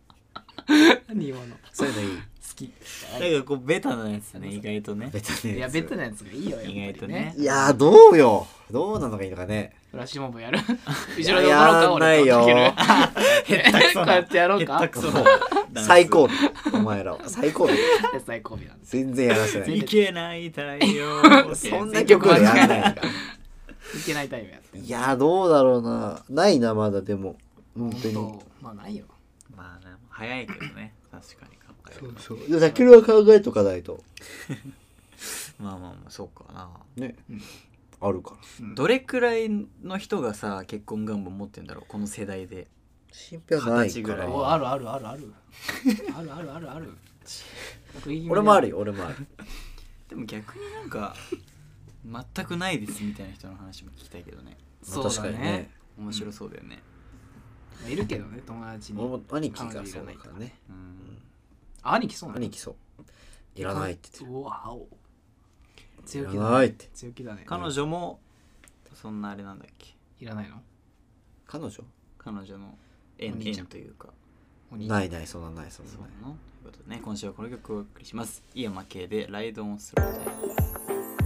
Speaker 3: 何今の好
Speaker 2: そういうのいい
Speaker 3: き
Speaker 1: なんかこうベタなやつね意外 [laughs] とね
Speaker 2: ベタね
Speaker 3: いやベタなやつがいいよやっぱり
Speaker 1: 意外とね
Speaker 3: ね
Speaker 2: いやーどうよどうなのがいいのかね
Speaker 3: フラッシュモブ
Speaker 2: [laughs]
Speaker 3: やる後ろで踊ろうか俺と
Speaker 2: やんない
Speaker 3: [laughs] タ
Speaker 2: よ
Speaker 3: けるこうやってやろうか [laughs]
Speaker 1: 下手くそな
Speaker 2: 最高お前らは最高だよ
Speaker 3: 最高尾なんです
Speaker 2: 全然やらせない
Speaker 1: いけない太 [laughs] 陽
Speaker 2: そんな曲はやらないから
Speaker 3: いけないタイムやって
Speaker 2: いやーどうだろうなないなまだでも本当に
Speaker 3: 本当まあないよ
Speaker 1: まあね早いけどね確かに考えると
Speaker 3: そう
Speaker 2: いやタケルは考えとかないと
Speaker 1: まあまあまあそうかな
Speaker 2: ね
Speaker 3: うん
Speaker 2: あるから
Speaker 1: どれくらいの人がさ結婚願望持ってんだろうこの世代で
Speaker 2: 新品はない
Speaker 1: 二十歳ぐ
Speaker 2: から
Speaker 1: い
Speaker 2: ら
Speaker 3: おあるあるあるあるあるあるあるある
Speaker 2: [laughs] 俺もある
Speaker 3: よ
Speaker 2: よ俺もある [laughs]
Speaker 1: でも逆になんか全くないですみたいな人の話も聞きたいけどね
Speaker 3: そうだね
Speaker 1: 面白そうだよね
Speaker 3: まあいるけどね友達
Speaker 2: 俺
Speaker 3: に
Speaker 2: も兄貴がそうだからね
Speaker 1: うん、
Speaker 3: 兄貴そうなの
Speaker 2: 兄貴そういらないって言っ
Speaker 3: うわお
Speaker 2: て
Speaker 3: 強
Speaker 2: る
Speaker 3: 気
Speaker 2: いら
Speaker 3: だ
Speaker 2: な
Speaker 3: ね
Speaker 2: いって
Speaker 3: 強気だね
Speaker 1: 彼女もそんなあれなんだっけ
Speaker 3: いらないの
Speaker 2: 彼女
Speaker 1: 彼女の
Speaker 3: お
Speaker 1: 縁
Speaker 3: 兄ちゃん
Speaker 1: 縁というか
Speaker 3: お兄ちゃん
Speaker 2: ないないそんなんないそん
Speaker 1: そう
Speaker 2: なんない
Speaker 1: なのということでね今週はこの曲をお送りします井山系で「ライドオンスローで」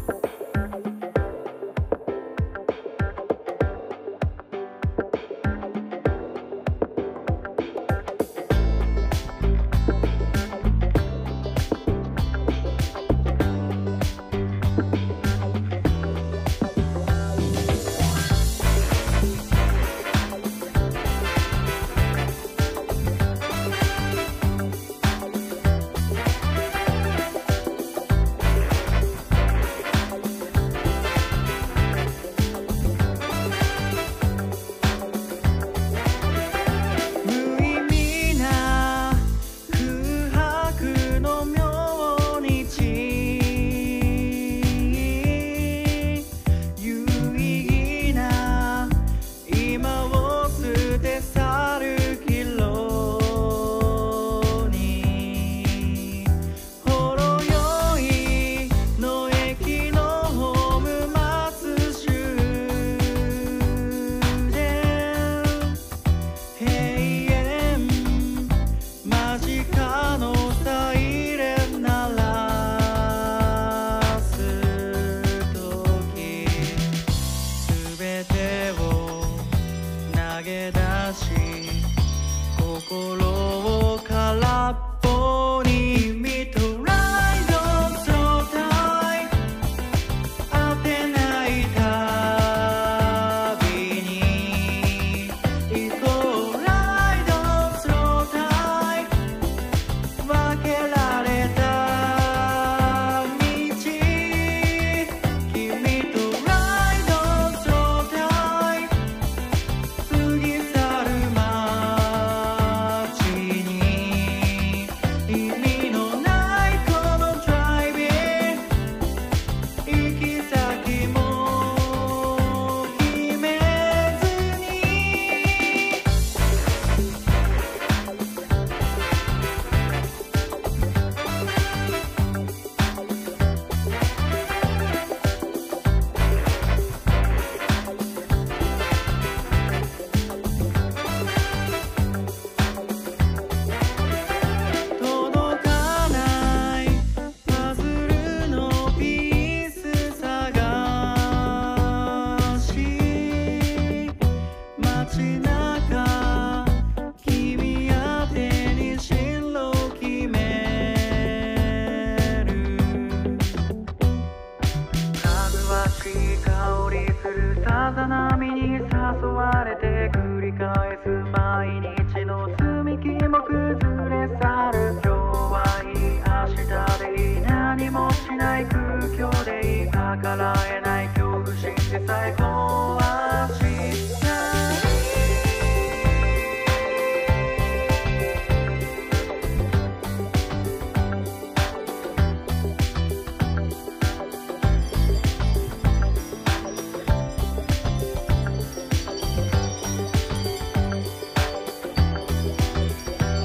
Speaker 4: 「返す毎日の積み木も崩れ去る今日はいい明日でいい何もしない空虚でいい逆らえない恐怖心で最高は知らない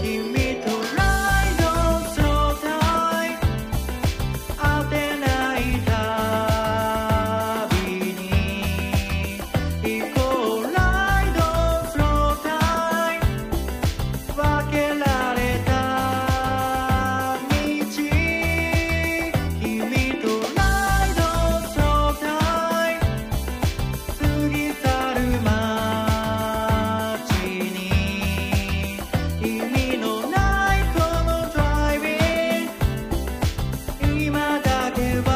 Speaker 4: 君とライド状態当てない旅に行こうライド状態分けられた道君とライド状態過ぎ去る街に意味のないこのドライビング今だけは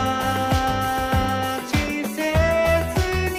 Speaker 4: 稚拙に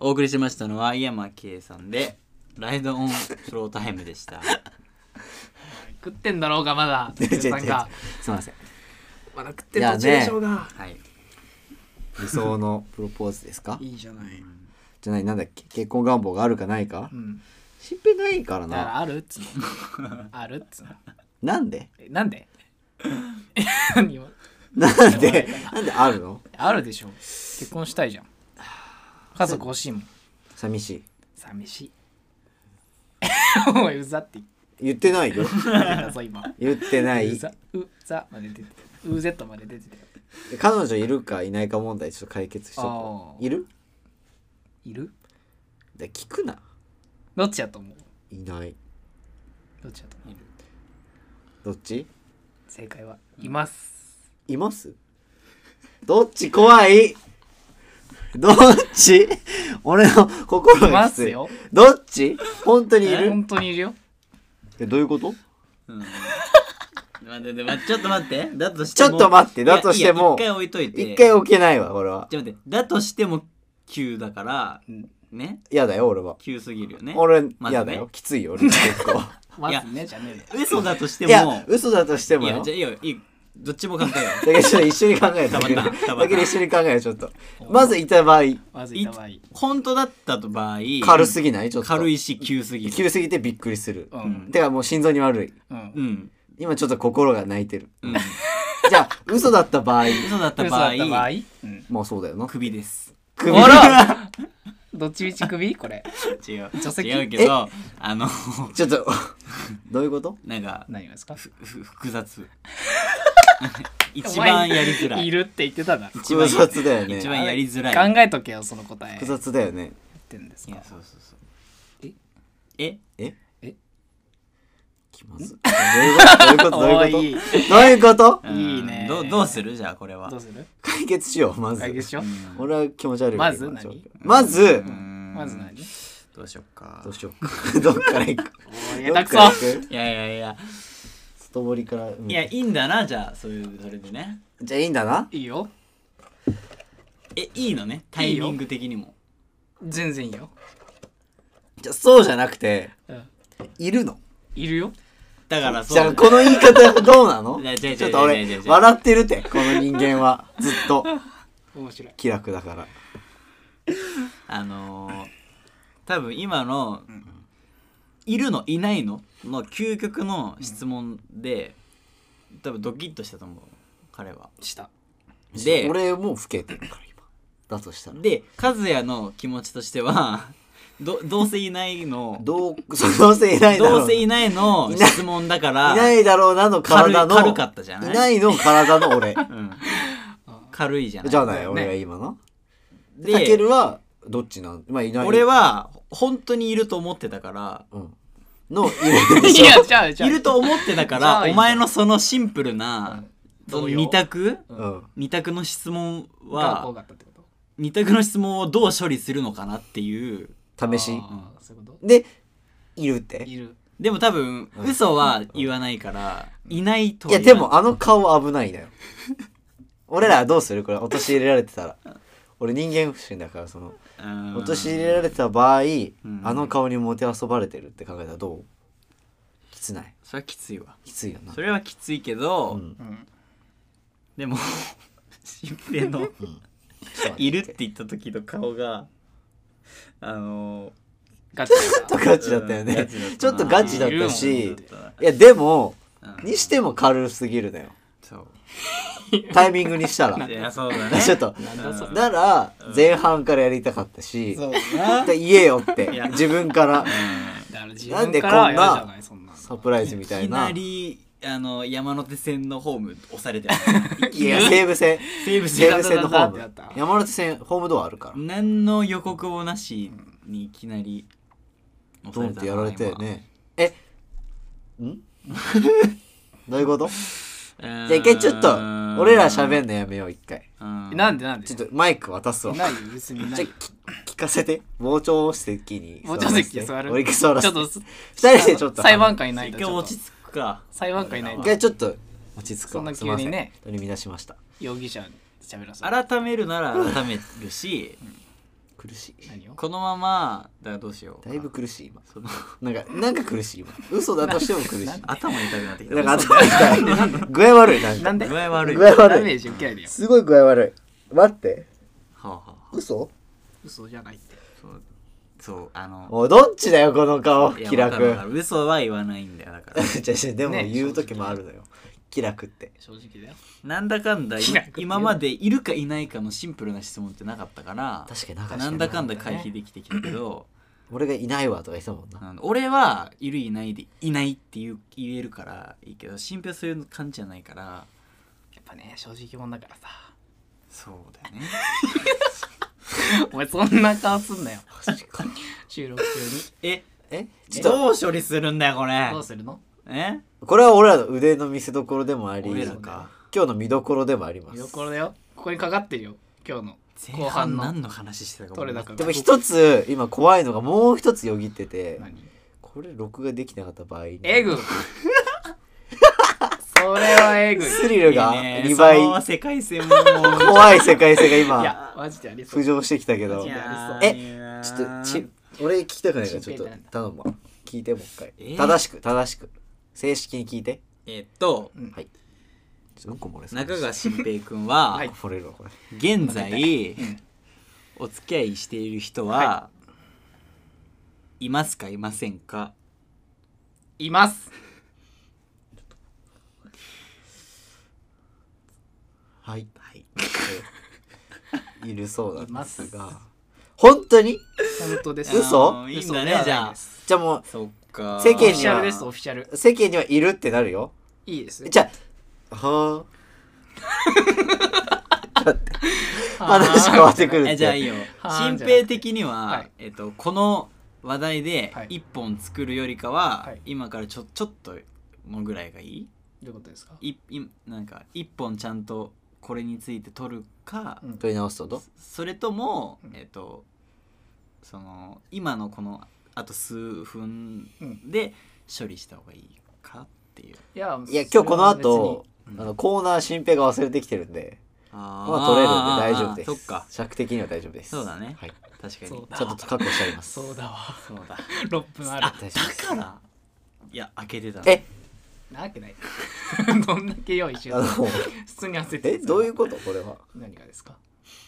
Speaker 1: お送りしましたのは井山圭さんで「ライドオンスロータイム」で
Speaker 2: [laughs]
Speaker 1: した。
Speaker 3: 食ってんだろうがまだ
Speaker 2: 違う違う違う
Speaker 3: さんが
Speaker 2: すいません
Speaker 3: まだ食ってる途中でしょうが
Speaker 1: はい、
Speaker 2: 理想のプロポーズですか
Speaker 3: いいじゃない
Speaker 2: じゃないなんだっけ結婚願望があるかないか
Speaker 3: うん
Speaker 2: 心配ないから
Speaker 3: だから
Speaker 2: な
Speaker 3: あるっつう [laughs] のあるっつうの
Speaker 2: なんで [laughs]
Speaker 3: えなんで [laughs] 何を
Speaker 2: なんでなんであるの
Speaker 3: あるでしょ結婚したいじゃん家族欲しいもん
Speaker 2: 寂しい
Speaker 3: 寂しい [laughs] おいうざって
Speaker 2: 言ってない [laughs]
Speaker 3: 言
Speaker 2: よ
Speaker 3: ってたぞ今
Speaker 2: 言ってな
Speaker 3: う
Speaker 2: い
Speaker 3: ざうざまで出てたうぜっとまで出てたよ
Speaker 2: 彼女いるかいないか問題ちょっと解決しとこ
Speaker 3: あ
Speaker 2: う
Speaker 3: ー
Speaker 2: いる
Speaker 3: いる
Speaker 2: で聞くな
Speaker 3: どっちやと思う
Speaker 2: いない
Speaker 3: どっちやと思う
Speaker 2: どっち
Speaker 3: 正解はいます
Speaker 2: いますどっち怖いどっち俺の心
Speaker 3: い
Speaker 2: が
Speaker 3: ま
Speaker 2: きつ
Speaker 3: す
Speaker 2: い
Speaker 3: よ
Speaker 2: どっち本当にいる
Speaker 3: 本当にいるよ
Speaker 2: えどういうこと
Speaker 1: うんまあででまちょっと待ってだとし
Speaker 2: ち
Speaker 1: ても
Speaker 2: ょっと待ってだとしても
Speaker 1: いやいや一回置いといて
Speaker 2: 一回置けないわこれは
Speaker 1: ちょっと待ってだとしても9だからね
Speaker 2: 嫌だよ俺は
Speaker 1: 9すぎるよね
Speaker 2: 俺
Speaker 1: まずね
Speaker 2: 嫌だよきついよ俺
Speaker 1: [laughs]
Speaker 2: 結構
Speaker 3: まずねじゃねえよ
Speaker 1: 嘘だとして
Speaker 2: い
Speaker 1: も
Speaker 2: や嘘だとして
Speaker 1: い
Speaker 2: も
Speaker 1: や
Speaker 2: よ
Speaker 1: じゃあいいよいいどっちも考えよ
Speaker 2: だけどちょっと一緒に考えた
Speaker 1: たまん
Speaker 2: だけ
Speaker 1: な
Speaker 2: だ
Speaker 1: たまんな
Speaker 2: けど一緒に考えようちょっとまずいた場合
Speaker 3: まずいた場合
Speaker 1: う本当だった場合
Speaker 2: 軽すぎないちょっと
Speaker 1: 軽いし9すぎる
Speaker 2: 急すぎてびっくりする、
Speaker 3: うん
Speaker 2: てかもう心臓に悪い
Speaker 3: うん
Speaker 1: うん
Speaker 2: 今ちょっと心が泣いてる
Speaker 1: うん
Speaker 2: [laughs] じゃあ嘘だった場合
Speaker 1: 嘘だった
Speaker 3: 嘘
Speaker 1: 場
Speaker 3: だ
Speaker 1: 合
Speaker 3: った場合うん
Speaker 2: まあそうだよな
Speaker 1: クビです
Speaker 2: [laughs] 首
Speaker 3: あらどっちみち首これ
Speaker 1: [laughs] 違う
Speaker 3: 助手席
Speaker 1: 違うけどあの
Speaker 2: ちょっとどういうこと
Speaker 1: なんか
Speaker 3: 何がですか
Speaker 1: ふふ複 [laughs] 雑一番やりづらい
Speaker 3: いるって言ってたな
Speaker 1: 一番
Speaker 2: 複雑だよね
Speaker 1: 一
Speaker 2: 複
Speaker 1: 番やりづらい
Speaker 3: 考えとけよその答え言っ
Speaker 2: 雑だよね
Speaker 3: てんです
Speaker 1: い
Speaker 3: か
Speaker 1: やそうそうそうええ
Speaker 2: え
Speaker 3: え
Speaker 2: 気まずいどういうことどういうことどういうこと
Speaker 1: うん
Speaker 3: いいね
Speaker 1: どうどうするじゃあこれは
Speaker 3: どうする
Speaker 2: 解決しようまず
Speaker 3: 解決しよう
Speaker 1: うん
Speaker 2: 俺は気持ち悪い
Speaker 3: まず
Speaker 2: 今の状況
Speaker 3: 何
Speaker 2: まず
Speaker 1: うん
Speaker 3: まず何
Speaker 1: どうしよっか
Speaker 2: どうしよう [laughs] かどっから行く
Speaker 3: おい
Speaker 2: ど
Speaker 3: 下手
Speaker 2: っ
Speaker 3: く
Speaker 2: から
Speaker 3: そ
Speaker 2: 行く
Speaker 1: いやいやいや
Speaker 2: 外堀から
Speaker 1: いやいいんだなじゃあそういうそれでね
Speaker 2: じゃあいいんだない
Speaker 3: いよ
Speaker 1: えいいのねタイミング的にも
Speaker 3: 全然いいよ、
Speaker 2: じゃあそうじゃなくて
Speaker 3: うん、
Speaker 2: いるの
Speaker 3: いるよ
Speaker 1: だから
Speaker 2: じ
Speaker 1: そ
Speaker 2: ゃあ
Speaker 1: う
Speaker 2: この言い方どうなの
Speaker 1: いや違う違う
Speaker 2: ちょっと俺
Speaker 1: 違う違う違う
Speaker 2: 笑ってるってこの人間はずっと
Speaker 3: 面白い
Speaker 2: 気楽だから
Speaker 1: あのー多分今の「いるのいないの?」の究極の質問で多分ドキッとしたと思う彼は
Speaker 3: した
Speaker 1: で
Speaker 2: 俺もう老けてるから今だとしたら
Speaker 1: で和也の気持ちとしては [laughs] どどうせいないの
Speaker 2: どう、 [laughs] そうどうせいないだろう。
Speaker 1: どうせいないの質問だから
Speaker 2: いないだろうなの
Speaker 1: 軽い
Speaker 2: 体の。
Speaker 1: 軽かったじゃない
Speaker 2: いないの体の
Speaker 1: [laughs]
Speaker 2: 俺。
Speaker 1: うん、軽いじゃない
Speaker 2: じゃない、
Speaker 3: ね
Speaker 2: 俺が今な。で、
Speaker 1: で
Speaker 2: たけるは、どっちなんまあ、いない。
Speaker 1: 俺、は本当にいると思ってたから
Speaker 2: うん。の、いるで
Speaker 3: い
Speaker 2: しょ。
Speaker 3: や、じゃあ、じゃ
Speaker 1: [laughs]
Speaker 3: あ。
Speaker 1: いると思ってたか
Speaker 3: じゃ
Speaker 1: ら
Speaker 3: あいい
Speaker 1: お前のそのシンプルなそ
Speaker 3: ど
Speaker 1: の
Speaker 3: うよ
Speaker 1: 二択
Speaker 2: [laughs] うん。
Speaker 1: 二択の質問
Speaker 3: が多
Speaker 1: は
Speaker 3: かったってこ
Speaker 1: 二択の質問をどう処理するのかなっていう
Speaker 3: と
Speaker 2: 試し。
Speaker 3: あーそういうこ
Speaker 2: で、いるっ
Speaker 3: と
Speaker 2: て。
Speaker 3: いる。
Speaker 1: でも多分
Speaker 2: うん
Speaker 1: 嘘は言わないからいないと
Speaker 2: い
Speaker 1: は
Speaker 2: や、
Speaker 1: 言
Speaker 2: で
Speaker 1: わ
Speaker 2: もあの顔危ないだよ。俺らどうするこれ、陥れられてたら。俺人間不信だから、その、
Speaker 1: ないうん
Speaker 2: 陥れられてた場合、
Speaker 1: ん
Speaker 2: あの顔にもてあそばれてるって考えたらどうきつない。
Speaker 1: それはきついわ
Speaker 2: きついよな。
Speaker 1: それはきついけど、
Speaker 2: うん
Speaker 3: うん。
Speaker 1: でも [laughs] 新平の「いる」って言った時の顔があの
Speaker 3: ガチ
Speaker 2: [laughs] ちょ
Speaker 3: だ
Speaker 2: っとガチだったよ
Speaker 1: うんガ
Speaker 2: ね
Speaker 1: チだったな。
Speaker 2: ちょっとガチだった
Speaker 1: う
Speaker 2: し
Speaker 1: んガチだっ、
Speaker 2: いやでも、
Speaker 1: うん
Speaker 2: にしても軽すぎるだよ。
Speaker 1: そ
Speaker 2: タイミングにしたら。
Speaker 1: ういやそうだ [laughs] ね
Speaker 2: [laughs] ちょっと。
Speaker 1: なんだそれ
Speaker 2: なら、前半からやりたかったし、
Speaker 3: そうな。
Speaker 2: だ言えよって
Speaker 1: いや、
Speaker 2: 自分から
Speaker 3: だから自
Speaker 2: なんで
Speaker 3: 分
Speaker 2: こ
Speaker 3: から
Speaker 2: んな
Speaker 3: は嫌じゃない、そんなの。
Speaker 2: サプライズみ
Speaker 1: い
Speaker 2: たい
Speaker 1: き
Speaker 2: な。
Speaker 1: ないりあの山手線のホーム押されて
Speaker 2: [laughs]
Speaker 1: る
Speaker 2: や、西武線。
Speaker 1: 西武
Speaker 2: 西
Speaker 1: 線
Speaker 2: 武線のホー
Speaker 3: だだ
Speaker 2: ム
Speaker 3: だだ。
Speaker 2: 山手線、ホームドアあるから。
Speaker 1: 何の予告もなしにいきなり
Speaker 2: ド
Speaker 1: 押
Speaker 2: ン
Speaker 1: さ
Speaker 2: っ
Speaker 1: れた
Speaker 2: て
Speaker 1: な
Speaker 2: やられたよね。えんどういうこと
Speaker 1: 今
Speaker 2: じゃあ一回ちょっと
Speaker 1: うー、ん
Speaker 2: 俺ら喋んのやめよう、一回。
Speaker 1: うん
Speaker 3: なんでなんで
Speaker 2: ちょっとマイク渡すわ。
Speaker 3: ないよ、別にないよ。
Speaker 2: 聞かせて傍聴席に
Speaker 3: 傍聴席に座る
Speaker 2: 俺行き座ら
Speaker 3: ち
Speaker 2: せ
Speaker 3: ょってと、
Speaker 2: 二人でちょっと
Speaker 3: 裁判官いない
Speaker 1: 一
Speaker 3: と
Speaker 1: 回
Speaker 3: ちょっと
Speaker 1: 落ち着くか
Speaker 3: 裁判官いない
Speaker 2: 一
Speaker 3: と
Speaker 2: 回ちょっと落ち着くわ
Speaker 3: そんな
Speaker 2: すいませ
Speaker 3: 急にね
Speaker 2: 取り乱しました
Speaker 3: 容疑者に喋らせる
Speaker 1: 改めるなら改めるし
Speaker 2: 苦しい
Speaker 3: 何を
Speaker 1: このままだからどうしようか
Speaker 2: だいぶ苦しい今
Speaker 1: その
Speaker 2: なんかなんか苦しい今嘘だとしても苦しい
Speaker 3: なん
Speaker 1: 頭痛くなってきた
Speaker 2: なんかあった具合悪いなん
Speaker 3: な
Speaker 2: か
Speaker 3: んで
Speaker 1: 具合悪い
Speaker 2: 具合悪い
Speaker 3: ダメージ受けられるよ
Speaker 2: すごい具合悪い待って
Speaker 1: はあはあはあ
Speaker 2: 嘘
Speaker 3: 嘘じゃないって
Speaker 1: そうそうあの
Speaker 2: おいどっちだよこの顔
Speaker 1: いや
Speaker 2: 気
Speaker 1: わかるわ
Speaker 2: 楽
Speaker 1: かる嘘は言わないんだよだ
Speaker 2: [laughs]
Speaker 1: から
Speaker 2: じゃあでも
Speaker 3: ね
Speaker 2: 言う時もあるのよ気楽って
Speaker 3: 正直だよ
Speaker 1: なんだかんだい
Speaker 3: 気楽っていう
Speaker 1: 今までいるかいないかのシンプルな質問ってなかったから
Speaker 2: 確かになかった
Speaker 1: なんだかんだ回避できてきたけど、
Speaker 2: 俺がいないわとか言ってたもんな
Speaker 1: あの俺はいるいないでいないっていう言えるからいいけど信憑そういう感じじゃないから
Speaker 3: やっぱね正直者だからさ [laughs]
Speaker 1: そうだよね
Speaker 3: お前そんな顔すんなよ
Speaker 2: 確かに
Speaker 3: 収録中
Speaker 1: え
Speaker 2: [laughs] えちょっと
Speaker 1: どう処理するんだよこれ
Speaker 3: にどうするの
Speaker 1: え
Speaker 2: これは俺らの腕の見せ所でもあり
Speaker 1: 俺ら
Speaker 2: 今
Speaker 1: か
Speaker 2: 日の見どころでもありま
Speaker 3: 見
Speaker 2: す
Speaker 3: どころだよここにかかってるよ今日の
Speaker 1: 後
Speaker 3: 後
Speaker 1: 半
Speaker 3: 半の
Speaker 1: 何の話してたか
Speaker 3: 取れ
Speaker 1: な
Speaker 3: 高
Speaker 2: で
Speaker 3: が
Speaker 2: も一つ今怖いのがもう一つよぎってて
Speaker 3: 何
Speaker 2: これ録画できなかった場合に
Speaker 3: えぐ [laughs] それはえぐい
Speaker 2: スリルが
Speaker 1: ね
Speaker 2: 2倍
Speaker 1: その世界線ももう
Speaker 2: 怖い世界線
Speaker 3: [laughs]
Speaker 2: が
Speaker 3: い
Speaker 2: 今
Speaker 3: やマジでありそう
Speaker 2: 浮上してきたけど
Speaker 3: い
Speaker 2: ち
Speaker 3: や
Speaker 1: え
Speaker 2: ょっとち俺聞きたくないからちょっと
Speaker 3: 心配なんだ
Speaker 2: 頼むわ聞いてもう一回、
Speaker 1: えー
Speaker 2: 正しく正しく正式に聞いて
Speaker 1: えっと
Speaker 3: うん
Speaker 2: はいちょっとうんこ漏れそう
Speaker 1: 中川
Speaker 2: し
Speaker 1: 新平君は、
Speaker 3: はい
Speaker 2: 漏れるわこれ
Speaker 1: 現在お付き合いしている人は、い、ますかいませんか
Speaker 3: います
Speaker 2: はいはい [laughs] いるそうなんです
Speaker 3: い
Speaker 2: が本当に
Speaker 3: 本当です
Speaker 2: 嘘
Speaker 1: あーいいん
Speaker 3: 嘘
Speaker 1: だ
Speaker 3: で
Speaker 1: ね
Speaker 3: はない
Speaker 1: じゃあ
Speaker 3: です
Speaker 2: じゃあもう
Speaker 1: そっか
Speaker 2: 世
Speaker 3: オフィ
Speaker 2: 間に
Speaker 3: シ
Speaker 2: は
Speaker 3: ャルですオフィシャル
Speaker 2: 世間にはいるってなるよ
Speaker 3: いいです
Speaker 2: じゃあはあ
Speaker 3: あー
Speaker 2: 話変わってくるって
Speaker 1: えじゃあいいよ
Speaker 3: はー
Speaker 1: 新平的には、
Speaker 3: はい
Speaker 1: えっと、この話題で
Speaker 3: はい
Speaker 1: 1本作るよりかは、
Speaker 3: はい
Speaker 1: 今からちょちょっとのぐらいがいい
Speaker 3: どういうことですか
Speaker 1: いいなんか1本ちゃんとこれについて撮るか、
Speaker 3: うん
Speaker 2: 取り直すとど
Speaker 1: それとも、
Speaker 3: うん
Speaker 1: えっとその今のこのあと数分
Speaker 3: うん
Speaker 1: で処理した方がいいかっていう、
Speaker 3: いや
Speaker 2: いや今日この
Speaker 3: それは別に
Speaker 2: 後あのコーナー新平が忘れてきてるんで
Speaker 1: あー
Speaker 2: まあ取れるんで大丈夫です
Speaker 1: そっか
Speaker 2: 尺的には大丈夫です
Speaker 1: そうだね
Speaker 2: はい、
Speaker 1: 確かに
Speaker 3: そうだ
Speaker 2: ちょっと確保してあります
Speaker 3: そうだわ。 [laughs]
Speaker 1: そうだ
Speaker 3: 6分ある
Speaker 1: あ。だ
Speaker 2: 大丈夫です
Speaker 1: からいや開けてた
Speaker 2: え
Speaker 3: なわけない。 [laughs] どんだけ用意して
Speaker 2: あ
Speaker 3: る
Speaker 2: の
Speaker 3: 普通に焦ってた
Speaker 2: えどういうことこれは
Speaker 3: 何がですか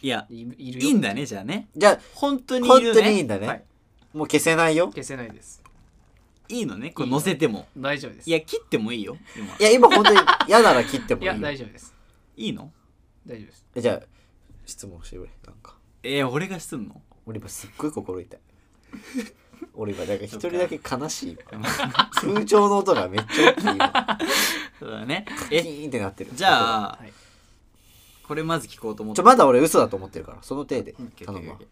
Speaker 1: いや
Speaker 3: いいるよ
Speaker 1: いいんだねじゃあね
Speaker 2: じゃ
Speaker 1: 本当
Speaker 2: あ
Speaker 1: にい
Speaker 2: 本
Speaker 1: る
Speaker 2: 当にいい
Speaker 1: ね
Speaker 2: んだね、
Speaker 3: はい
Speaker 2: もう消せないよ
Speaker 3: 消せないです。
Speaker 1: いいのねこれ載せても
Speaker 3: 大丈夫です。
Speaker 1: いや切ってもいいよ今
Speaker 2: いや今本当に嫌なら切っても
Speaker 3: い
Speaker 2: いいよ
Speaker 3: や、大丈夫です。
Speaker 1: いいの
Speaker 3: 大丈夫です。
Speaker 2: えじゃあ質問してくれなんか
Speaker 1: えー、俺がすんの
Speaker 2: [laughs] 俺今すっごい心痛い俺今なんか一人だけ悲しい今空調の音がめっちゃ大きい今
Speaker 1: そうだね
Speaker 2: キ
Speaker 1: え
Speaker 2: ーンってなってる
Speaker 1: じゃあ、
Speaker 3: はい
Speaker 1: これまず聞こうと思っ
Speaker 2: ち
Speaker 1: て
Speaker 2: ょまだ俺嘘だと思ってるからその手で
Speaker 1: オッケーオッ
Speaker 2: 頼
Speaker 1: ケーオッ
Speaker 2: むわ
Speaker 1: ケ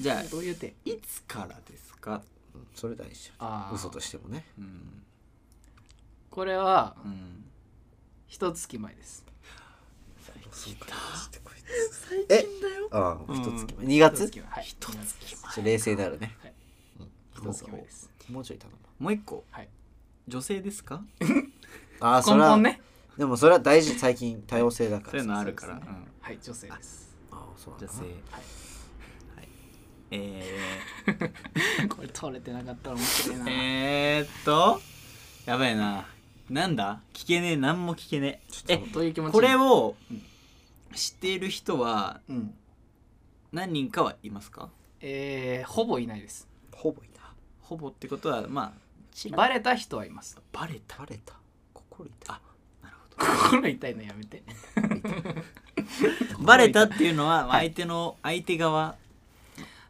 Speaker 1: ーじゃあ
Speaker 3: どういう手
Speaker 1: いつからですか
Speaker 2: うんそれ大事
Speaker 3: あー
Speaker 2: 嘘としてもね
Speaker 1: うん、
Speaker 3: これは
Speaker 1: うん、
Speaker 3: 一月前です
Speaker 2: えああ一月前2
Speaker 3: 一
Speaker 2: 月
Speaker 3: 月前はい一月
Speaker 2: ちょ冷静になるね
Speaker 3: はい
Speaker 2: どう
Speaker 3: 一
Speaker 2: ぞ
Speaker 3: 月前です
Speaker 2: もうちょい頼むわ
Speaker 1: もう一個、
Speaker 3: はい
Speaker 1: 女性ですか
Speaker 2: ああそ
Speaker 3: 根
Speaker 2: れは
Speaker 3: 本ね
Speaker 2: でもそれは大事最近多様性だか
Speaker 1: そうい
Speaker 2: ら
Speaker 1: う
Speaker 2: さ
Speaker 1: のあるから、
Speaker 3: そうで
Speaker 1: う
Speaker 3: すね
Speaker 1: ん
Speaker 3: はい女性です
Speaker 2: ああそうなん
Speaker 1: 女
Speaker 2: だ
Speaker 1: 性
Speaker 2: な
Speaker 1: はい、え
Speaker 3: [laughs] これ取れてなかったら面白い
Speaker 1: ー、
Speaker 3: な
Speaker 1: えーっとやばいななんだ聞けねえ何も聞けねええ
Speaker 3: どういう気持ち
Speaker 1: これを知っている人は
Speaker 3: うん
Speaker 1: 何人かはいますか
Speaker 3: えーほぼいないです
Speaker 2: ほぼいた
Speaker 1: ほぼってことはまあ
Speaker 3: バレた人はいます
Speaker 1: バレた
Speaker 2: バレた心痛い
Speaker 1: あなるほど
Speaker 3: 心痛いのやめて
Speaker 1: バレたっていうのは相手の相手側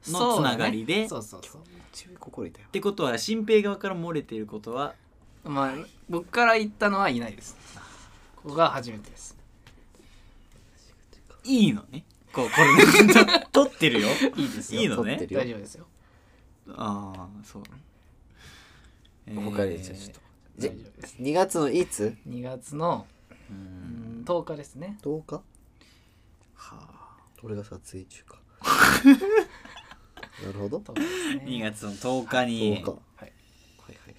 Speaker 1: のつながりで、
Speaker 3: そう
Speaker 1: っ
Speaker 3: そうそう
Speaker 2: 強い心痛い
Speaker 1: てことは新平側から漏れていることは
Speaker 3: まあ僕から言ったのはいないですここが初めてです
Speaker 1: いいのねこうこれね撮ってるよ
Speaker 3: いいですよ
Speaker 1: いいの
Speaker 2: 撮って
Speaker 1: ね
Speaker 2: るよ
Speaker 3: 大丈夫ですよ
Speaker 1: ああそう、えー
Speaker 2: 他でじゃあちょっと
Speaker 3: 大
Speaker 2: じ
Speaker 3: 丈夫です
Speaker 2: 2月のいつ
Speaker 3: 2月の
Speaker 1: う
Speaker 3: うんん10日ですね
Speaker 2: 10日
Speaker 1: はあ
Speaker 2: 俺が撮影中かなるほど
Speaker 3: 10日ですね
Speaker 1: 2月の10日
Speaker 2: 10
Speaker 1: に
Speaker 2: 日はい
Speaker 3: はい
Speaker 2: はいはい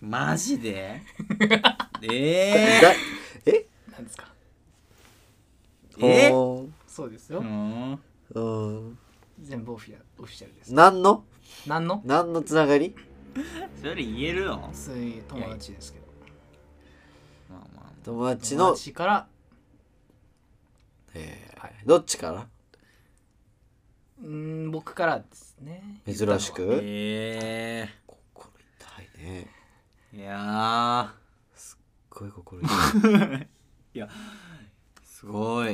Speaker 1: マジ
Speaker 3: [laughs]
Speaker 1: でえ
Speaker 2: だえ
Speaker 3: 何ですか
Speaker 1: ー、えー
Speaker 2: おー
Speaker 3: そうですよ、
Speaker 1: うん
Speaker 2: うーん
Speaker 3: 全部オフィアオフィシャルです
Speaker 2: 何の
Speaker 3: 何の
Speaker 2: 何のつながり
Speaker 1: それ言えるの
Speaker 3: 普通に友達ですけど
Speaker 1: まあまあ
Speaker 2: 友達
Speaker 3: 友
Speaker 2: の
Speaker 3: 達から
Speaker 2: えー
Speaker 3: はい
Speaker 2: どっちから
Speaker 3: うーん僕からですね
Speaker 2: 珍し
Speaker 3: 言っ
Speaker 2: く
Speaker 1: え
Speaker 2: 心痛いね
Speaker 1: ー、いや
Speaker 2: すっごい心痛い
Speaker 1: ーすごい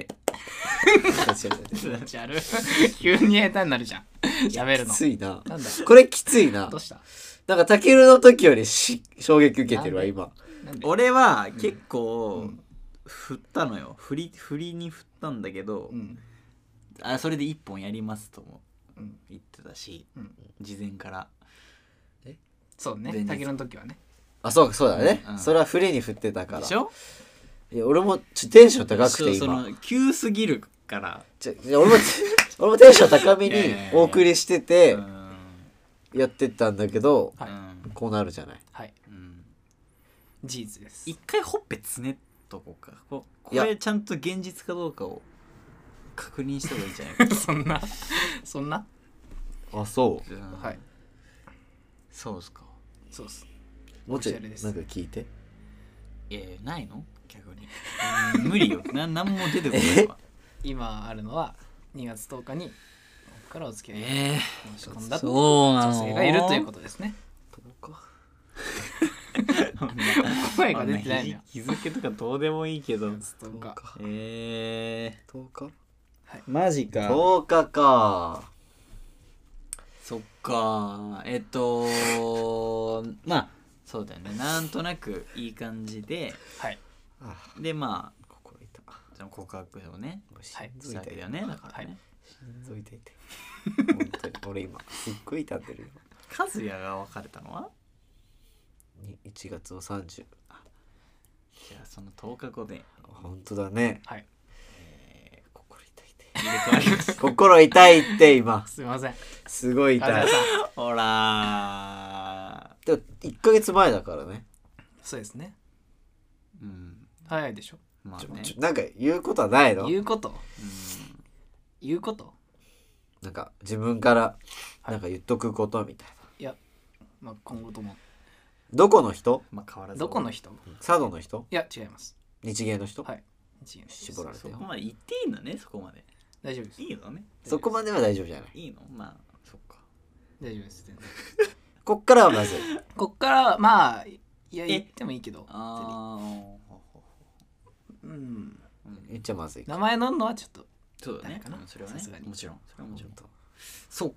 Speaker 2: 違う違う
Speaker 3: たのは [laughs] 気持ち悪い急に下手になるじゃん喋る
Speaker 2: き
Speaker 3: の
Speaker 2: ついな
Speaker 3: なんだ
Speaker 2: これきついな
Speaker 3: どうした
Speaker 2: なんかたけるの時よりし衝撃受けてるわ
Speaker 3: なん
Speaker 2: 今
Speaker 3: なんで
Speaker 1: 俺は結構
Speaker 3: うん
Speaker 1: 振ったのよ振り振りに振ったんだけど、
Speaker 3: うん
Speaker 1: あそれで一本やりますとも
Speaker 3: うん
Speaker 1: 言ってたし、
Speaker 3: うん
Speaker 1: 事前から
Speaker 3: そう
Speaker 1: 前
Speaker 3: ね
Speaker 1: 日
Speaker 3: 竹の時はね
Speaker 2: あそうかそうだね、
Speaker 1: うん
Speaker 2: それは振りに振ってたから
Speaker 1: でしょ
Speaker 2: いや俺もちょテンション高く
Speaker 1: そう
Speaker 2: て
Speaker 1: そ
Speaker 2: 今
Speaker 1: の急すぎるから
Speaker 2: ちょいや俺も [laughs] 俺もテンション高めに
Speaker 1: いやいやいや
Speaker 2: お送りして
Speaker 1: う
Speaker 2: て
Speaker 1: ん
Speaker 2: やってったんだけど
Speaker 3: はい
Speaker 1: うん
Speaker 2: こうなるじゃない
Speaker 3: はい
Speaker 1: うん
Speaker 3: 事実です
Speaker 1: 一回ほっぺつねっとこうかここ
Speaker 2: いや
Speaker 1: れちゃんと現実かどうかを確認した方がいいんじゃないか
Speaker 3: [laughs] そんなそんな
Speaker 2: あそ
Speaker 1: うん
Speaker 3: はい
Speaker 1: そうですか
Speaker 3: そうっす
Speaker 2: うもうちょい
Speaker 3: おしゃ
Speaker 2: な
Speaker 3: れ
Speaker 2: んか
Speaker 3: です
Speaker 2: 聞いて
Speaker 1: いやいやないの逆 [laughs] にうん無理よな何も出てこないわ
Speaker 3: 今あるのは2月10日に僕からお付き合い
Speaker 1: え
Speaker 3: を申し込ん
Speaker 1: ー、
Speaker 3: だ女
Speaker 1: そうなの
Speaker 3: 性がいるということですね [laughs] 声が出てないのよ
Speaker 1: [laughs] 日付とかどうでもいいけど
Speaker 3: 2月10日
Speaker 1: え
Speaker 2: 10日
Speaker 1: ー、マジか
Speaker 2: 10日か
Speaker 1: そっかえっとまあそうだよねなんとなくいい感じで
Speaker 3: はい
Speaker 2: あ
Speaker 1: でまあ
Speaker 2: 心痛
Speaker 1: その告白をね
Speaker 2: もうし
Speaker 3: はい
Speaker 2: んど
Speaker 1: し
Speaker 2: い
Speaker 1: た
Speaker 2: 痛
Speaker 1: わけ
Speaker 2: い
Speaker 1: だよねだからね、
Speaker 3: はい
Speaker 2: 心臓痛い
Speaker 1: [laughs]
Speaker 2: 痛い本当に俺今すっごい痛んでるよ
Speaker 1: 和也が別れたのは
Speaker 2: に1月の30
Speaker 1: じゃあその10日後で
Speaker 2: あ本当だね
Speaker 3: はい
Speaker 2: 心痛い痛い
Speaker 1: 入れ替わります
Speaker 2: [laughs] 心痛いって今
Speaker 3: すみません
Speaker 2: すごい
Speaker 3: あ
Speaker 2: 痛い
Speaker 3: じゃあ
Speaker 1: ほら
Speaker 2: でも1ヶ月前だからね
Speaker 3: そうですね
Speaker 1: ーうん
Speaker 3: 早いでしょ
Speaker 1: ま
Speaker 2: ちょ
Speaker 1: あね
Speaker 2: ちょなんか言うことはないの
Speaker 3: 言うこと
Speaker 1: うん
Speaker 3: 言うこと
Speaker 2: なんか自分から
Speaker 3: はい
Speaker 2: なんか言っとくことみたいな、
Speaker 3: いや、まあ、今後とも
Speaker 2: どこの人
Speaker 1: まあ変わらず
Speaker 3: どこの人
Speaker 2: 佐渡の人
Speaker 3: いや違います
Speaker 2: 日芸の人、
Speaker 3: はい一元です
Speaker 2: 絞られ
Speaker 1: そ
Speaker 2: て
Speaker 1: こ
Speaker 2: よ
Speaker 1: まで言っていいのねそこまで
Speaker 3: 大丈夫です
Speaker 1: いいのね
Speaker 2: そこまでは大丈夫じゃない
Speaker 1: いいのまあそっか
Speaker 3: 大丈夫です全然
Speaker 2: こっからはまず
Speaker 3: こっからはまあいや
Speaker 1: え
Speaker 3: 言ってもいいけど
Speaker 1: あ
Speaker 3: うん
Speaker 2: 言っちゃまずい
Speaker 3: 名前飲んのはちょっと
Speaker 1: そうだね
Speaker 3: 誰かな
Speaker 1: うんそれは
Speaker 3: さ
Speaker 1: ね
Speaker 3: すがに
Speaker 1: もちろんそれはもちろん
Speaker 2: 本
Speaker 1: そう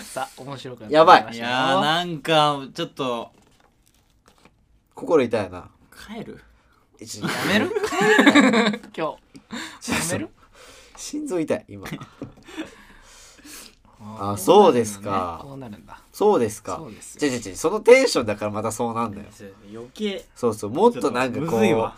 Speaker 3: さあ面白かった
Speaker 2: やばい
Speaker 1: いやーなんかちょっと
Speaker 2: 心痛いな
Speaker 1: 帰る
Speaker 2: や
Speaker 3: や
Speaker 2: [laughs]
Speaker 3: める今日やめる
Speaker 2: 心臓痛い今
Speaker 3: あ
Speaker 2: あ
Speaker 3: ー
Speaker 2: そうですか
Speaker 3: こうなるんだ
Speaker 2: そうですか
Speaker 3: そうですよ
Speaker 2: 違う違う違うそのテンションだからまたそうなんだよ
Speaker 1: 余計
Speaker 2: そうそうもっとなんか
Speaker 1: む
Speaker 2: こ
Speaker 1: ずいわ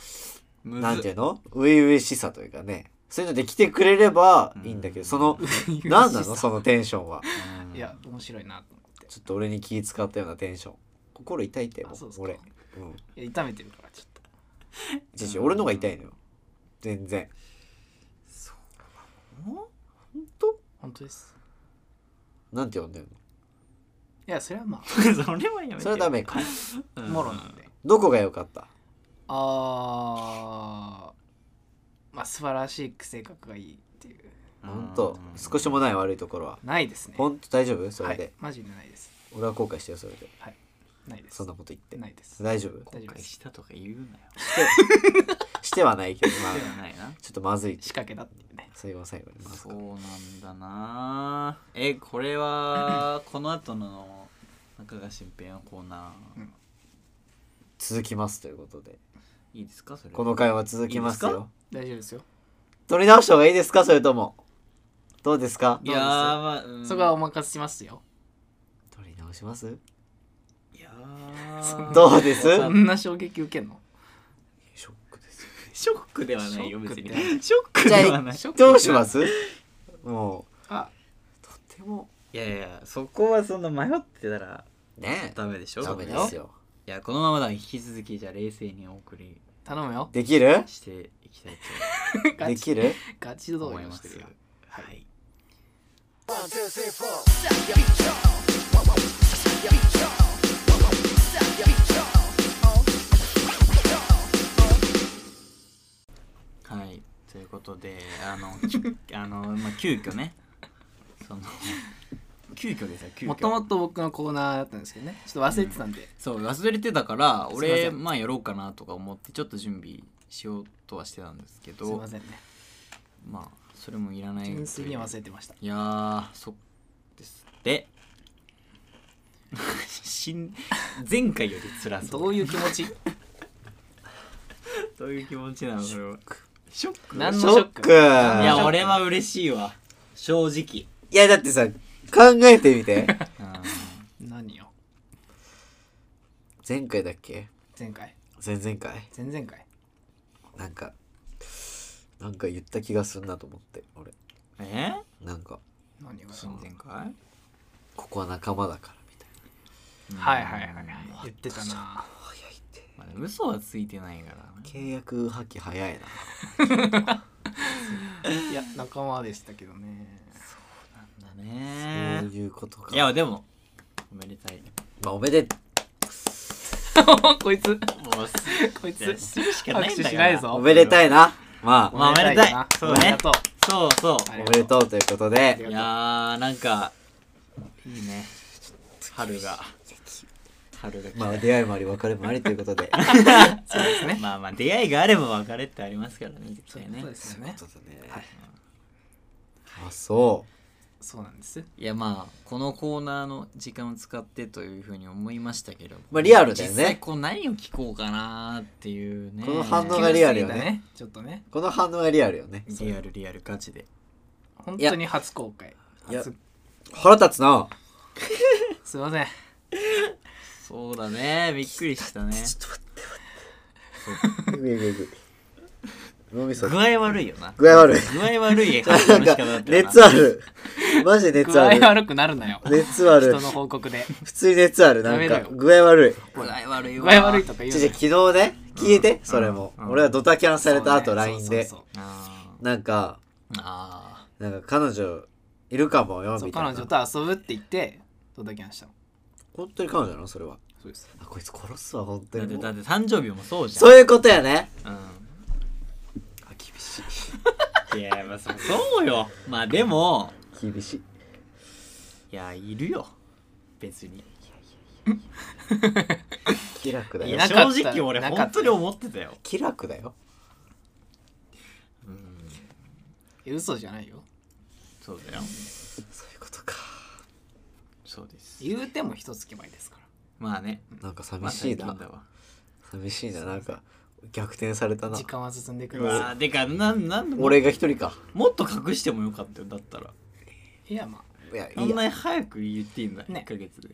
Speaker 2: う
Speaker 1: む
Speaker 2: なんて
Speaker 1: ず
Speaker 2: いうの初々しさというかねそういうので来てくれればいいんだけど、その
Speaker 3: [laughs]
Speaker 2: 何なのそのテンションは
Speaker 3: うんいや面白いなと思って
Speaker 2: ちょっと俺に気使ったようなテンション心痛いっても
Speaker 3: あそうです
Speaker 2: う
Speaker 3: か
Speaker 2: 俺うん
Speaker 3: いや痛めてるからちょっと
Speaker 2: 違う違う俺の方が痛いのよ全然
Speaker 3: 本当本当です
Speaker 2: なんて呼んでん
Speaker 3: いやそれは
Speaker 1: う
Speaker 3: ま
Speaker 1: ん [laughs] それはやめ
Speaker 2: の
Speaker 1: て
Speaker 2: それはダメか
Speaker 1: う
Speaker 3: あ
Speaker 1: ん
Speaker 3: もろなんで
Speaker 2: どこが良かった
Speaker 3: あーまあ素晴らしい性格がいいっていう
Speaker 1: うん
Speaker 2: 本当少しもない悪いところは
Speaker 3: ないですね
Speaker 2: 本当大丈夫そ
Speaker 3: は
Speaker 2: れで、
Speaker 3: いマジでないです
Speaker 2: 俺は後悔してよそれで
Speaker 3: ないです
Speaker 2: そんなこと言って
Speaker 3: ないです
Speaker 2: 大丈夫
Speaker 3: 大丈
Speaker 1: 後
Speaker 3: 夫
Speaker 1: 悔
Speaker 3: です
Speaker 1: したとか言うなよ
Speaker 2: してはないけどまあ
Speaker 1: ではないな
Speaker 2: ちょっとまずい
Speaker 3: 仕掛けだっていうね
Speaker 2: 最後の最後にまず
Speaker 1: そ
Speaker 2: か
Speaker 1: うなんだなえこれはこの後の中川新平のコーナー
Speaker 2: 続きますということで
Speaker 1: いいですかそれ
Speaker 2: この回は続きます
Speaker 1: いいです
Speaker 2: よ
Speaker 3: 大丈夫ですよ
Speaker 2: 取り直した方がいいですかそれともどうですか
Speaker 1: いやーまあ、うん
Speaker 3: そこはお任せしますよ
Speaker 2: 取り直します
Speaker 1: いやー
Speaker 2: どうです
Speaker 3: そんな衝撃受けんの
Speaker 2: ショックですよ
Speaker 1: ショックではないよ
Speaker 3: ショッ
Speaker 1: 別
Speaker 3: ク
Speaker 1: に
Speaker 3: で
Speaker 1: ショックでは
Speaker 3: [laughs]
Speaker 1: ない
Speaker 3: ショック
Speaker 2: どうしますも
Speaker 3: あ
Speaker 2: うとても
Speaker 1: いやいやそこはそんな迷ってたら
Speaker 2: ね
Speaker 1: ダメでしょ
Speaker 2: ダメです
Speaker 1: よ
Speaker 2: よ
Speaker 1: いやこのままだ引き続きじゃあ冷静にお送り
Speaker 3: 頼むよ
Speaker 2: で
Speaker 1: [laughs]
Speaker 2: きる
Speaker 1: していきたい
Speaker 3: ガ
Speaker 2: で
Speaker 3: チ
Speaker 2: きる
Speaker 3: ガチ動
Speaker 1: と
Speaker 3: 揺
Speaker 1: 思いま
Speaker 3: して
Speaker 1: す
Speaker 3: るよ
Speaker 1: はいはいということであの [laughs] きあの、まあ、急遽ねそ
Speaker 3: [laughs]
Speaker 1: の急遽ですよ急遽
Speaker 3: もともと僕のコーナーだったんですけどねちょっと忘れてたんで、
Speaker 1: そう忘れてたから
Speaker 3: すいませ
Speaker 1: 俺
Speaker 3: ん
Speaker 1: まあやろうかなとか思ってちょっと準備しようとはしてたんですけ
Speaker 3: すい
Speaker 1: ど
Speaker 3: ませんね
Speaker 1: まあそれもいらない
Speaker 3: 純粋に忘れてました
Speaker 1: いやーそうですって [laughs] しん前回より辛そう
Speaker 3: どういう気持ち
Speaker 1: どういう気持ちなのそれはショック
Speaker 3: 何
Speaker 2: シ
Speaker 3: のショ
Speaker 2: ョ
Speaker 3: ッ
Speaker 2: ッ
Speaker 3: ク
Speaker 2: クい
Speaker 1: いや
Speaker 2: や
Speaker 1: 俺は嬉しいわ正直
Speaker 2: だってさ考えてみて
Speaker 3: 何よ
Speaker 2: 前回だっけ
Speaker 3: 前回
Speaker 2: 前々回
Speaker 3: 前々回
Speaker 2: なんかなんか言った気がするなと思って俺
Speaker 1: え
Speaker 2: なんか
Speaker 3: 何が
Speaker 1: 新前回
Speaker 2: ここは仲間だからみたい
Speaker 3: はいはいはいはい言ってたな
Speaker 2: な早いって
Speaker 1: まあ、嘘はついてないからね
Speaker 2: 契約破棄早いない
Speaker 3: や仲間でしたけどね
Speaker 1: なんだ
Speaker 2: そ
Speaker 1: ね
Speaker 2: ういうことか
Speaker 1: いやでもおめでたい
Speaker 2: まあおめで
Speaker 3: こいつ
Speaker 1: もうす
Speaker 3: こいつ
Speaker 1: いやするしかないんだか
Speaker 3: 拍手
Speaker 1: ら
Speaker 3: しないぞ
Speaker 2: おめでたいなまあ
Speaker 1: まあおめでたい
Speaker 3: な
Speaker 1: そう
Speaker 3: あ
Speaker 1: ね
Speaker 3: りがとう
Speaker 1: そうそ
Speaker 3: あり
Speaker 2: おめ
Speaker 3: が
Speaker 2: でとうということ
Speaker 3: あり
Speaker 2: で
Speaker 3: が
Speaker 1: ういやーなんかいいね春が春が来た
Speaker 2: まあ出会いもあり別れもありということ [laughs] で
Speaker 3: そうです
Speaker 1: [laughs]
Speaker 3: ね
Speaker 1: まあまあ出会いがあれば別れってありますからね絶
Speaker 3: そう
Speaker 1: 対
Speaker 3: いう
Speaker 1: ね
Speaker 3: ことですよね
Speaker 2: そうだねあそう
Speaker 3: そうなんです
Speaker 1: いやまあこのコーナーの時間を使ってというふうに思いましたけれども
Speaker 2: まあリアルだよね
Speaker 1: 実際こう何を聞こうかなっていうね
Speaker 2: この反応がリアルよね
Speaker 3: 急すぎたちょっとね
Speaker 2: この反応がリアルよね
Speaker 1: リアルリアルガチで
Speaker 3: 本当に初公開
Speaker 2: いや
Speaker 3: 初
Speaker 2: 腹立つな
Speaker 3: すいません
Speaker 1: そうだねびっくりしたね
Speaker 2: えぐいえぐいえぐい脳みそ [laughs]
Speaker 1: 具合悪いよな
Speaker 2: 具合悪い
Speaker 1: 具合悪い発
Speaker 2: な
Speaker 1: 表
Speaker 2: ん
Speaker 1: の仕方だっ
Speaker 2: か
Speaker 1: たよな
Speaker 2: 熱あるマジで熱
Speaker 3: 具合
Speaker 2: ある
Speaker 3: 悪くなるなよ
Speaker 2: 熱ある
Speaker 3: 人の報告で
Speaker 2: 普通に熱あるな
Speaker 3: ダ
Speaker 2: ん
Speaker 3: メだ
Speaker 2: か
Speaker 3: よ
Speaker 2: 具合悪い
Speaker 1: 具合悪い
Speaker 3: 具
Speaker 1: わ
Speaker 3: 合悪いとか言う
Speaker 2: ち
Speaker 3: な
Speaker 2: ょち
Speaker 3: よ
Speaker 2: ょ昨日ね聞いてそれも
Speaker 1: うん
Speaker 2: 俺はドタキャンされた後
Speaker 3: そうね
Speaker 2: LINE で
Speaker 3: そうそう
Speaker 1: あ
Speaker 2: なんか
Speaker 1: ーあ
Speaker 2: なんか彼女いるかもよ
Speaker 3: そう
Speaker 2: み
Speaker 3: そう
Speaker 2: た
Speaker 3: 彼
Speaker 2: いな
Speaker 3: 女と遊ぶって言って届けましたの
Speaker 2: 本当に彼女なのそれは
Speaker 3: そうです
Speaker 2: あこいつ殺すわ本
Speaker 1: ー
Speaker 2: 当
Speaker 1: だって
Speaker 2: に
Speaker 1: だって誕生日もそうじゃん
Speaker 2: そういうことやね
Speaker 1: う
Speaker 2: あ厳し
Speaker 1: んいやまあそそうよまあでも
Speaker 2: い厳しい
Speaker 1: いやいるよ別に
Speaker 2: 気楽だ
Speaker 1: い
Speaker 2: よ
Speaker 1: や
Speaker 3: なかった
Speaker 1: 正直俺
Speaker 3: なかった
Speaker 1: 本当に思ってたよ
Speaker 2: 気楽だよ
Speaker 3: いや嘘じゃないよ
Speaker 1: そうだよ
Speaker 2: そういうことか
Speaker 1: そうです
Speaker 3: 言うても一月前ですから
Speaker 1: まあね
Speaker 2: なんか
Speaker 1: まあ
Speaker 2: 寂し
Speaker 1: 最
Speaker 2: いな、
Speaker 1: 近だわ
Speaker 2: 寂しいななんか逆転されたな
Speaker 3: 時間は進んでく
Speaker 1: う
Speaker 3: ださ
Speaker 1: わーでかなんなんでも
Speaker 2: 俺が一人か
Speaker 1: もっと隠してもよかったよだったら
Speaker 3: いいやま
Speaker 2: いやい
Speaker 1: そ
Speaker 2: い
Speaker 1: んな
Speaker 2: や
Speaker 1: に早く言っていいんだ、
Speaker 3: ね
Speaker 1: 1ヶ月で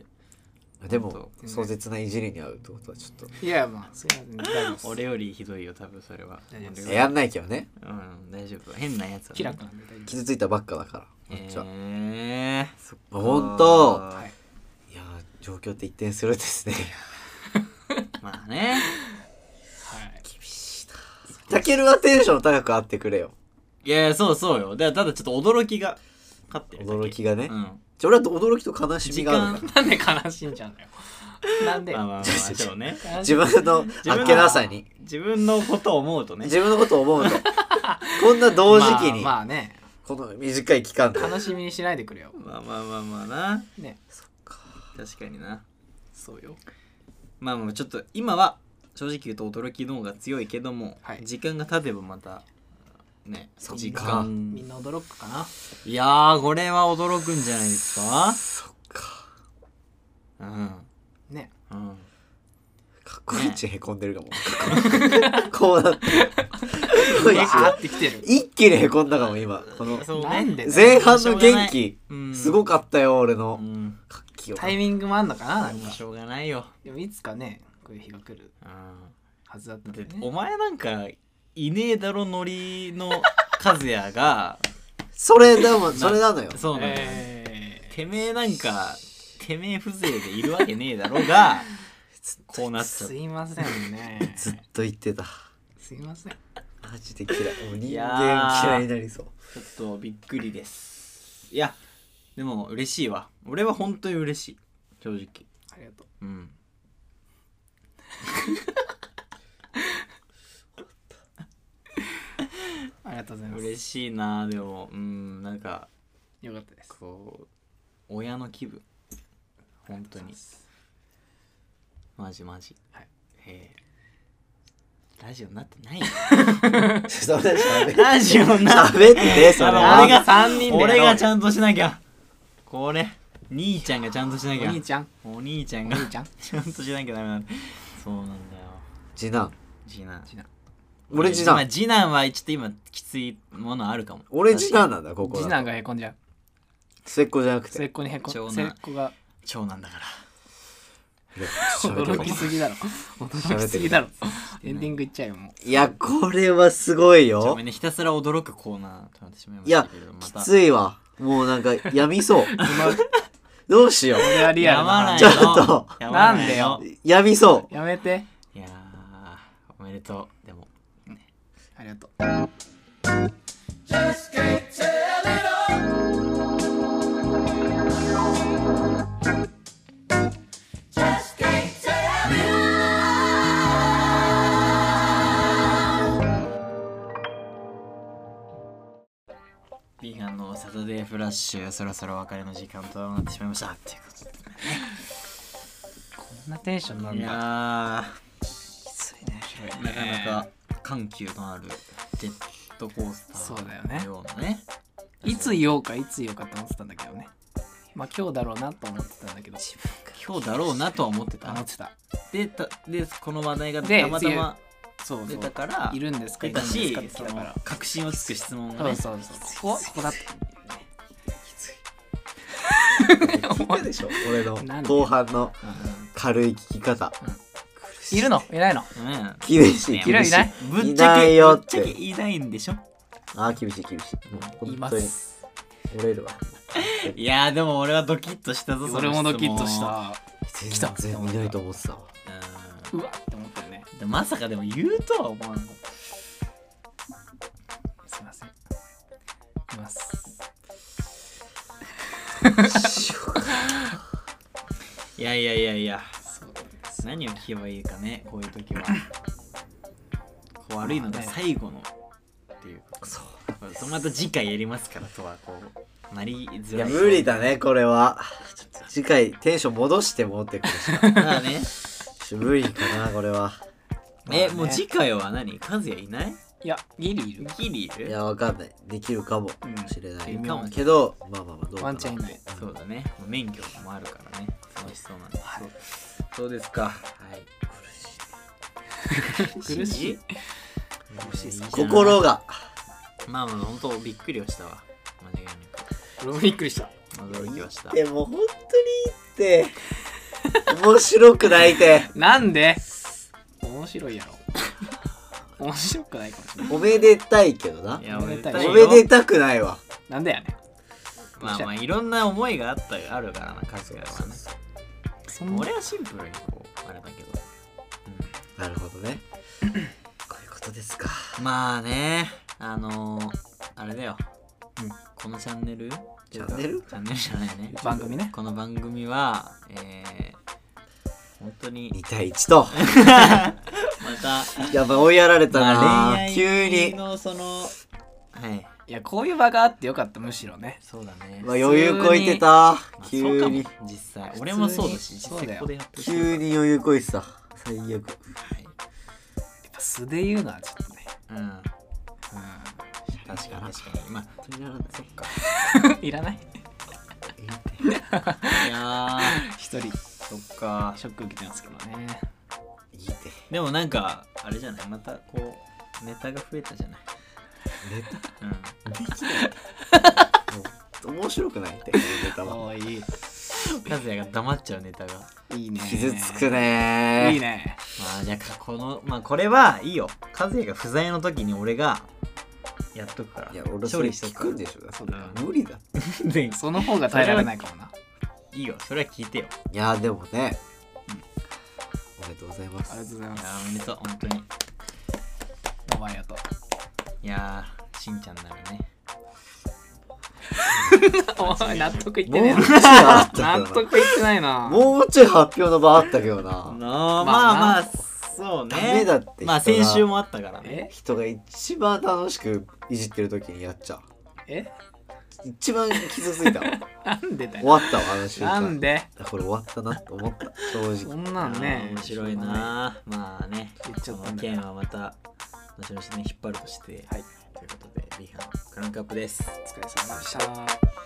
Speaker 2: で
Speaker 1: 本
Speaker 2: も
Speaker 3: 当
Speaker 2: 壮絶ないじりに遭うってことはちょっ
Speaker 3: あいやまあそれは全然大丈夫です
Speaker 1: 俺よりひどいよ多分それは
Speaker 3: 大丈夫で
Speaker 2: と
Speaker 3: す
Speaker 2: やんないけどね
Speaker 1: うん大丈夫変なやつはね、
Speaker 3: 気楽なんで大丈夫
Speaker 2: 傷ついたばっかだからこっちは、
Speaker 1: えー、そっか
Speaker 2: ほんと
Speaker 3: はい
Speaker 2: いやー状況って一転するんですね
Speaker 1: まあね
Speaker 3: はい
Speaker 2: たけるはテンション高くあってくれよ
Speaker 1: いやいやそうそうよでただちょっと驚きが勝ってるだけ
Speaker 2: 驚きがね、
Speaker 1: うん
Speaker 2: じゃあ俺は驚きと悲しみがあるから
Speaker 3: なんで悲しんじゃうんだよなんで
Speaker 1: まあまあま
Speaker 2: [laughs]
Speaker 1: あそうね
Speaker 3: 悲し
Speaker 2: 自
Speaker 3: い
Speaker 2: 分の
Speaker 1: 分
Speaker 2: あ
Speaker 1: の
Speaker 2: っけなさに
Speaker 1: 自分のことを思うとね
Speaker 2: 自分のことを思うとこんな同時期に
Speaker 3: まあまあね
Speaker 2: この短い期間で
Speaker 3: 楽しみにしないでくれよ
Speaker 1: まあまあまあまあな
Speaker 3: ね
Speaker 1: 確かにな
Speaker 3: そうよ
Speaker 1: まあまあちょっと今は正直言うと驚きの方が強いけども、
Speaker 3: はい
Speaker 1: 時間が経てばまたね
Speaker 2: そっか
Speaker 1: 時間
Speaker 3: みんな驚くかない
Speaker 1: やーこれは驚くんじゃないですか
Speaker 2: そっか
Speaker 1: うん
Speaker 3: ね
Speaker 1: うん
Speaker 2: かっこいいちへこんでるかも、こうなってるかっこいい
Speaker 3: わ
Speaker 2: ち
Speaker 3: ーってきてる
Speaker 2: 一気にへこんだかも今この
Speaker 1: そう
Speaker 3: なんでだよ
Speaker 2: 前半の元気
Speaker 1: うん
Speaker 2: すごかったよ俺
Speaker 1: う
Speaker 2: の
Speaker 1: ん
Speaker 2: 活気を
Speaker 3: タイミングもあんのかななん
Speaker 1: もう
Speaker 3: か
Speaker 1: しょうがないよ、
Speaker 3: でもいつかねこういう日が来る
Speaker 1: う
Speaker 3: はずだった
Speaker 1: ん、
Speaker 3: んだ
Speaker 1: で
Speaker 3: よね
Speaker 1: お前なんかいねえだろノリの和也が
Speaker 2: それでもそれなのよ
Speaker 1: [laughs] そうなんだ、
Speaker 3: え
Speaker 1: てめえなんかてめえ風情でいるわけねえだろがこうな
Speaker 3: ー
Speaker 1: っ [laughs] ちゃっ
Speaker 3: すいません
Speaker 1: [laughs]
Speaker 3: ね
Speaker 2: ずっと言ってた
Speaker 3: すいません
Speaker 2: マジで嫌いもう人間
Speaker 1: やー
Speaker 2: 嫌いになりそう
Speaker 1: ちょっとびっくりですいやでも嬉しいわ俺は本当に嬉しい正直
Speaker 3: ありがとう
Speaker 1: うん
Speaker 3: ありがとうございます
Speaker 1: 嬉しいなでもうんなんか
Speaker 3: よかったです
Speaker 1: こう親の気分本当
Speaker 3: ありがとうござい
Speaker 1: に
Speaker 3: ます
Speaker 1: マジマジ
Speaker 3: はい
Speaker 1: えーラジオになってないよ
Speaker 2: それ喋
Speaker 1: ラジオに [laughs] なって
Speaker 2: 喋ってそれ
Speaker 1: あの
Speaker 2: は
Speaker 1: 俺が
Speaker 3: 三人でやろうよ
Speaker 1: 俺がちゃんとしなきゃこれ兄ちゃんがちゃんとしなき
Speaker 3: お
Speaker 1: ゃ
Speaker 3: 兄ちゃん
Speaker 1: お兄ちゃん
Speaker 3: お
Speaker 1: が
Speaker 3: 兄ちゃん
Speaker 1: ちゃんとしなきゃダメなんだそうなんだよ
Speaker 2: 次男
Speaker 1: 次男
Speaker 3: 次男
Speaker 2: 俺次男
Speaker 1: まあ次男はちょっと今きついものあるかも
Speaker 2: 俺次男なんだここ
Speaker 3: 次
Speaker 2: は
Speaker 3: 男がへこんじゃう
Speaker 2: 末っ子じゃなくて
Speaker 3: 末っ子にへこ
Speaker 1: 長
Speaker 3: ん
Speaker 1: 男
Speaker 3: 末っ子が
Speaker 1: 長男だから
Speaker 2: いやちょっと喋っ
Speaker 3: 驚
Speaker 2: て
Speaker 3: き
Speaker 2: よ
Speaker 3: すぎ
Speaker 1: [laughs]
Speaker 3: だろ驚きすぎだろエンディングいっちゃうよも
Speaker 2: いやこれはすごい
Speaker 1: ご
Speaker 2: よ
Speaker 1: めんねひたすら驚くコーナーとなってしまいま
Speaker 2: い
Speaker 1: した
Speaker 2: や
Speaker 1: けれどもま
Speaker 2: き
Speaker 1: た
Speaker 2: ついわもうなんかやみそうどうしよ
Speaker 3: うこれはリア
Speaker 1: や
Speaker 3: ル
Speaker 1: ま
Speaker 3: な
Speaker 1: ない
Speaker 2: ち
Speaker 1: の
Speaker 2: ょっと
Speaker 1: やまいの
Speaker 3: なんでよ
Speaker 2: うやみそ
Speaker 3: やめて
Speaker 1: いやーおめでとうでも
Speaker 3: ありがとう
Speaker 1: ビーガンのサタデーフラッシュそろそろお別れの時間となってしまいましたっていうことで
Speaker 3: こんなテンションなん
Speaker 1: い
Speaker 3: だ面
Speaker 1: や
Speaker 3: 白いね
Speaker 1: ーなかなか緩急のあるジェットコースター
Speaker 3: そうだよね
Speaker 1: のようなね
Speaker 3: いつ言おうかいつ言おうかって思ってたんだけどねまあ今日だろうなと思ってたんだけど
Speaker 1: 今日だろうなとは思ってた
Speaker 3: 思ってた
Speaker 1: でたでこの話題が
Speaker 3: で
Speaker 1: たまたま
Speaker 3: そうそ
Speaker 1: 出
Speaker 3: う
Speaker 1: たから
Speaker 3: いるんですか
Speaker 1: 出
Speaker 3: いる
Speaker 1: た
Speaker 3: んです
Speaker 1: し
Speaker 3: かって来
Speaker 1: そ
Speaker 3: たか
Speaker 1: の
Speaker 3: ら
Speaker 1: 確信をつく質問が
Speaker 3: そ
Speaker 1: ね
Speaker 3: うそうそうここはここだった
Speaker 2: うでしょ俺の
Speaker 3: なんで
Speaker 2: 後半の
Speaker 1: う
Speaker 2: 軽い聞き方
Speaker 3: いるのいないの
Speaker 1: んうん
Speaker 2: 厳しい
Speaker 1: いる
Speaker 2: 厳しい
Speaker 3: いない
Speaker 1: ぶっちゃけ
Speaker 2: いないよって
Speaker 1: ぶっちゃけいないんでしょ
Speaker 2: あー厳しい厳しいもう本当に
Speaker 3: います
Speaker 2: 折れるわ
Speaker 1: いやーでも俺はドキッとしたぞその
Speaker 3: 俺もドキッとし
Speaker 1: 質問
Speaker 3: た来た
Speaker 2: 全然いないと思ってたわ
Speaker 1: う
Speaker 3: うわって思ったよね
Speaker 1: んでまさかでも言うとは思わなかっ
Speaker 3: すいませんいます
Speaker 1: たいやいやいやいや
Speaker 3: そう
Speaker 1: 何を聞けばいいかねこういう時はこう悪いのが
Speaker 3: まあね
Speaker 1: 最後のっていうこと
Speaker 2: そう
Speaker 1: そうまた次回やりますからとはこうなり
Speaker 2: い
Speaker 1: づらい
Speaker 2: や無理だねこれは次回テンション戻して戻ってくるしか
Speaker 1: [laughs] まあね
Speaker 2: ちょ無理かなこれは
Speaker 1: えもう次回は何カズヤいない
Speaker 3: いやギリいる
Speaker 1: ギリい
Speaker 2: い
Speaker 1: る
Speaker 2: やわかんないできるかも
Speaker 3: うん
Speaker 2: しれな
Speaker 1: でき
Speaker 2: い
Speaker 1: るかも
Speaker 2: けどまあまあまあどうか
Speaker 3: ワン
Speaker 2: な
Speaker 3: チャンいない
Speaker 1: そうだねもう免許もあるからね楽しそうなんでそうそうですかはい
Speaker 3: 苦しい
Speaker 1: 苦しいっすね
Speaker 2: 心が
Speaker 1: まあまあ本当びっくりはしたわ間違い
Speaker 3: 俺もびっくりした
Speaker 1: なく驚きはした
Speaker 2: でも本当にいい [laughs] って面白くないて
Speaker 3: なんで面白いやろ面白くないかもしれない
Speaker 2: おめでたいけどない
Speaker 1: や
Speaker 3: おめでたい
Speaker 1: 俺
Speaker 2: お
Speaker 1: よ
Speaker 2: めでたくないわ
Speaker 3: なんだよね
Speaker 1: まあまあいろんな思いがあったあるからな春日はね
Speaker 3: そんな
Speaker 1: 俺はシンプルにこうあれだけど、
Speaker 2: なるほどねこういうことですか
Speaker 1: うん、まあねあのー、あれだよ、
Speaker 3: うん
Speaker 1: このチャンネル
Speaker 2: チャンネル
Speaker 1: チャンネルじゃないね
Speaker 3: 番組ね
Speaker 1: この番組はえー、本当に
Speaker 2: 2対1と [laughs]
Speaker 1: また
Speaker 2: やばい追いやられた
Speaker 1: ま
Speaker 2: な
Speaker 1: あ
Speaker 2: 急に、
Speaker 1: のそのはい
Speaker 3: いやこういう場があってよかったむしろね
Speaker 1: そうだね、
Speaker 2: まあ、余裕こいてた
Speaker 1: まあそう
Speaker 2: 急
Speaker 1: か
Speaker 2: に
Speaker 1: も実際俺もそうだし実
Speaker 3: そう
Speaker 1: 際
Speaker 3: だ
Speaker 1: こ
Speaker 3: よ
Speaker 1: こでやってる
Speaker 2: 急に余裕こいてた最悪
Speaker 3: やっぱ素で言うのはちょっとね
Speaker 1: はい、うん確かに確かにまあ
Speaker 2: 本当にやらないそっか
Speaker 3: うん [laughs] いらない
Speaker 1: い
Speaker 2: [laughs]
Speaker 1: や
Speaker 3: 一人
Speaker 1: ーそっか
Speaker 3: ショック受けてますけどね
Speaker 2: いいって
Speaker 1: でもなんかあれじゃないまたこうネタが増えたじゃない
Speaker 2: ネ
Speaker 1: うん
Speaker 2: タ [laughs] もう面白くないってこのネタは
Speaker 3: おーい
Speaker 1: 和也が黙っちゃうネタがま
Speaker 3: いいいね
Speaker 2: 傷つくね
Speaker 3: いいね
Speaker 1: あじゃあこのまあこれはいいよ和也が不在の時に俺がやっとくから
Speaker 2: いや俺そ
Speaker 1: 処
Speaker 2: れ
Speaker 1: 理しと
Speaker 2: 聞
Speaker 1: く
Speaker 2: くん
Speaker 1: か
Speaker 2: でしょ
Speaker 1: そうだよ
Speaker 2: 無理だって
Speaker 1: ら [laughs] で
Speaker 3: その方が耐えられないかもない
Speaker 1: いよそれは聞いてよ
Speaker 2: いやでもね、おめでとうございま
Speaker 3: ありがとう
Speaker 2: す
Speaker 3: ござい
Speaker 1: い
Speaker 3: ま
Speaker 1: や
Speaker 3: す
Speaker 1: ーおめでとう本当に
Speaker 3: どうもありがとう
Speaker 1: いやーしんちゃんならね
Speaker 3: [laughs] おい納得いってね
Speaker 2: も
Speaker 3: え
Speaker 2: う
Speaker 3: な
Speaker 2: ちょいあったけ
Speaker 3: 納
Speaker 2: どな
Speaker 3: 得いってないな
Speaker 2: もうちょい発表の場あったけ
Speaker 1: [laughs]
Speaker 2: どな
Speaker 1: まあ
Speaker 3: ま
Speaker 1: ま
Speaker 3: あな
Speaker 1: あそうね
Speaker 2: ダメだって人が
Speaker 1: まあ先週もあったからね
Speaker 3: え
Speaker 2: 人が一番楽しくいじってる時にやっちゃう
Speaker 3: え
Speaker 2: 一番傷ついたわ
Speaker 3: なんでだ
Speaker 2: 終
Speaker 3: よ
Speaker 2: わったわあの瞬
Speaker 3: な
Speaker 2: 間
Speaker 3: んで
Speaker 2: あこれ終わったなと思った正
Speaker 3: そ
Speaker 2: 直
Speaker 3: んなんね
Speaker 1: 面白いなまあね
Speaker 3: 言っちゃった
Speaker 1: こ
Speaker 3: ん
Speaker 1: の
Speaker 3: だよ
Speaker 1: 件はまた後々ね引っ張るとして
Speaker 3: はい
Speaker 1: ということでリハのクランクアップです
Speaker 3: お疲れ様でした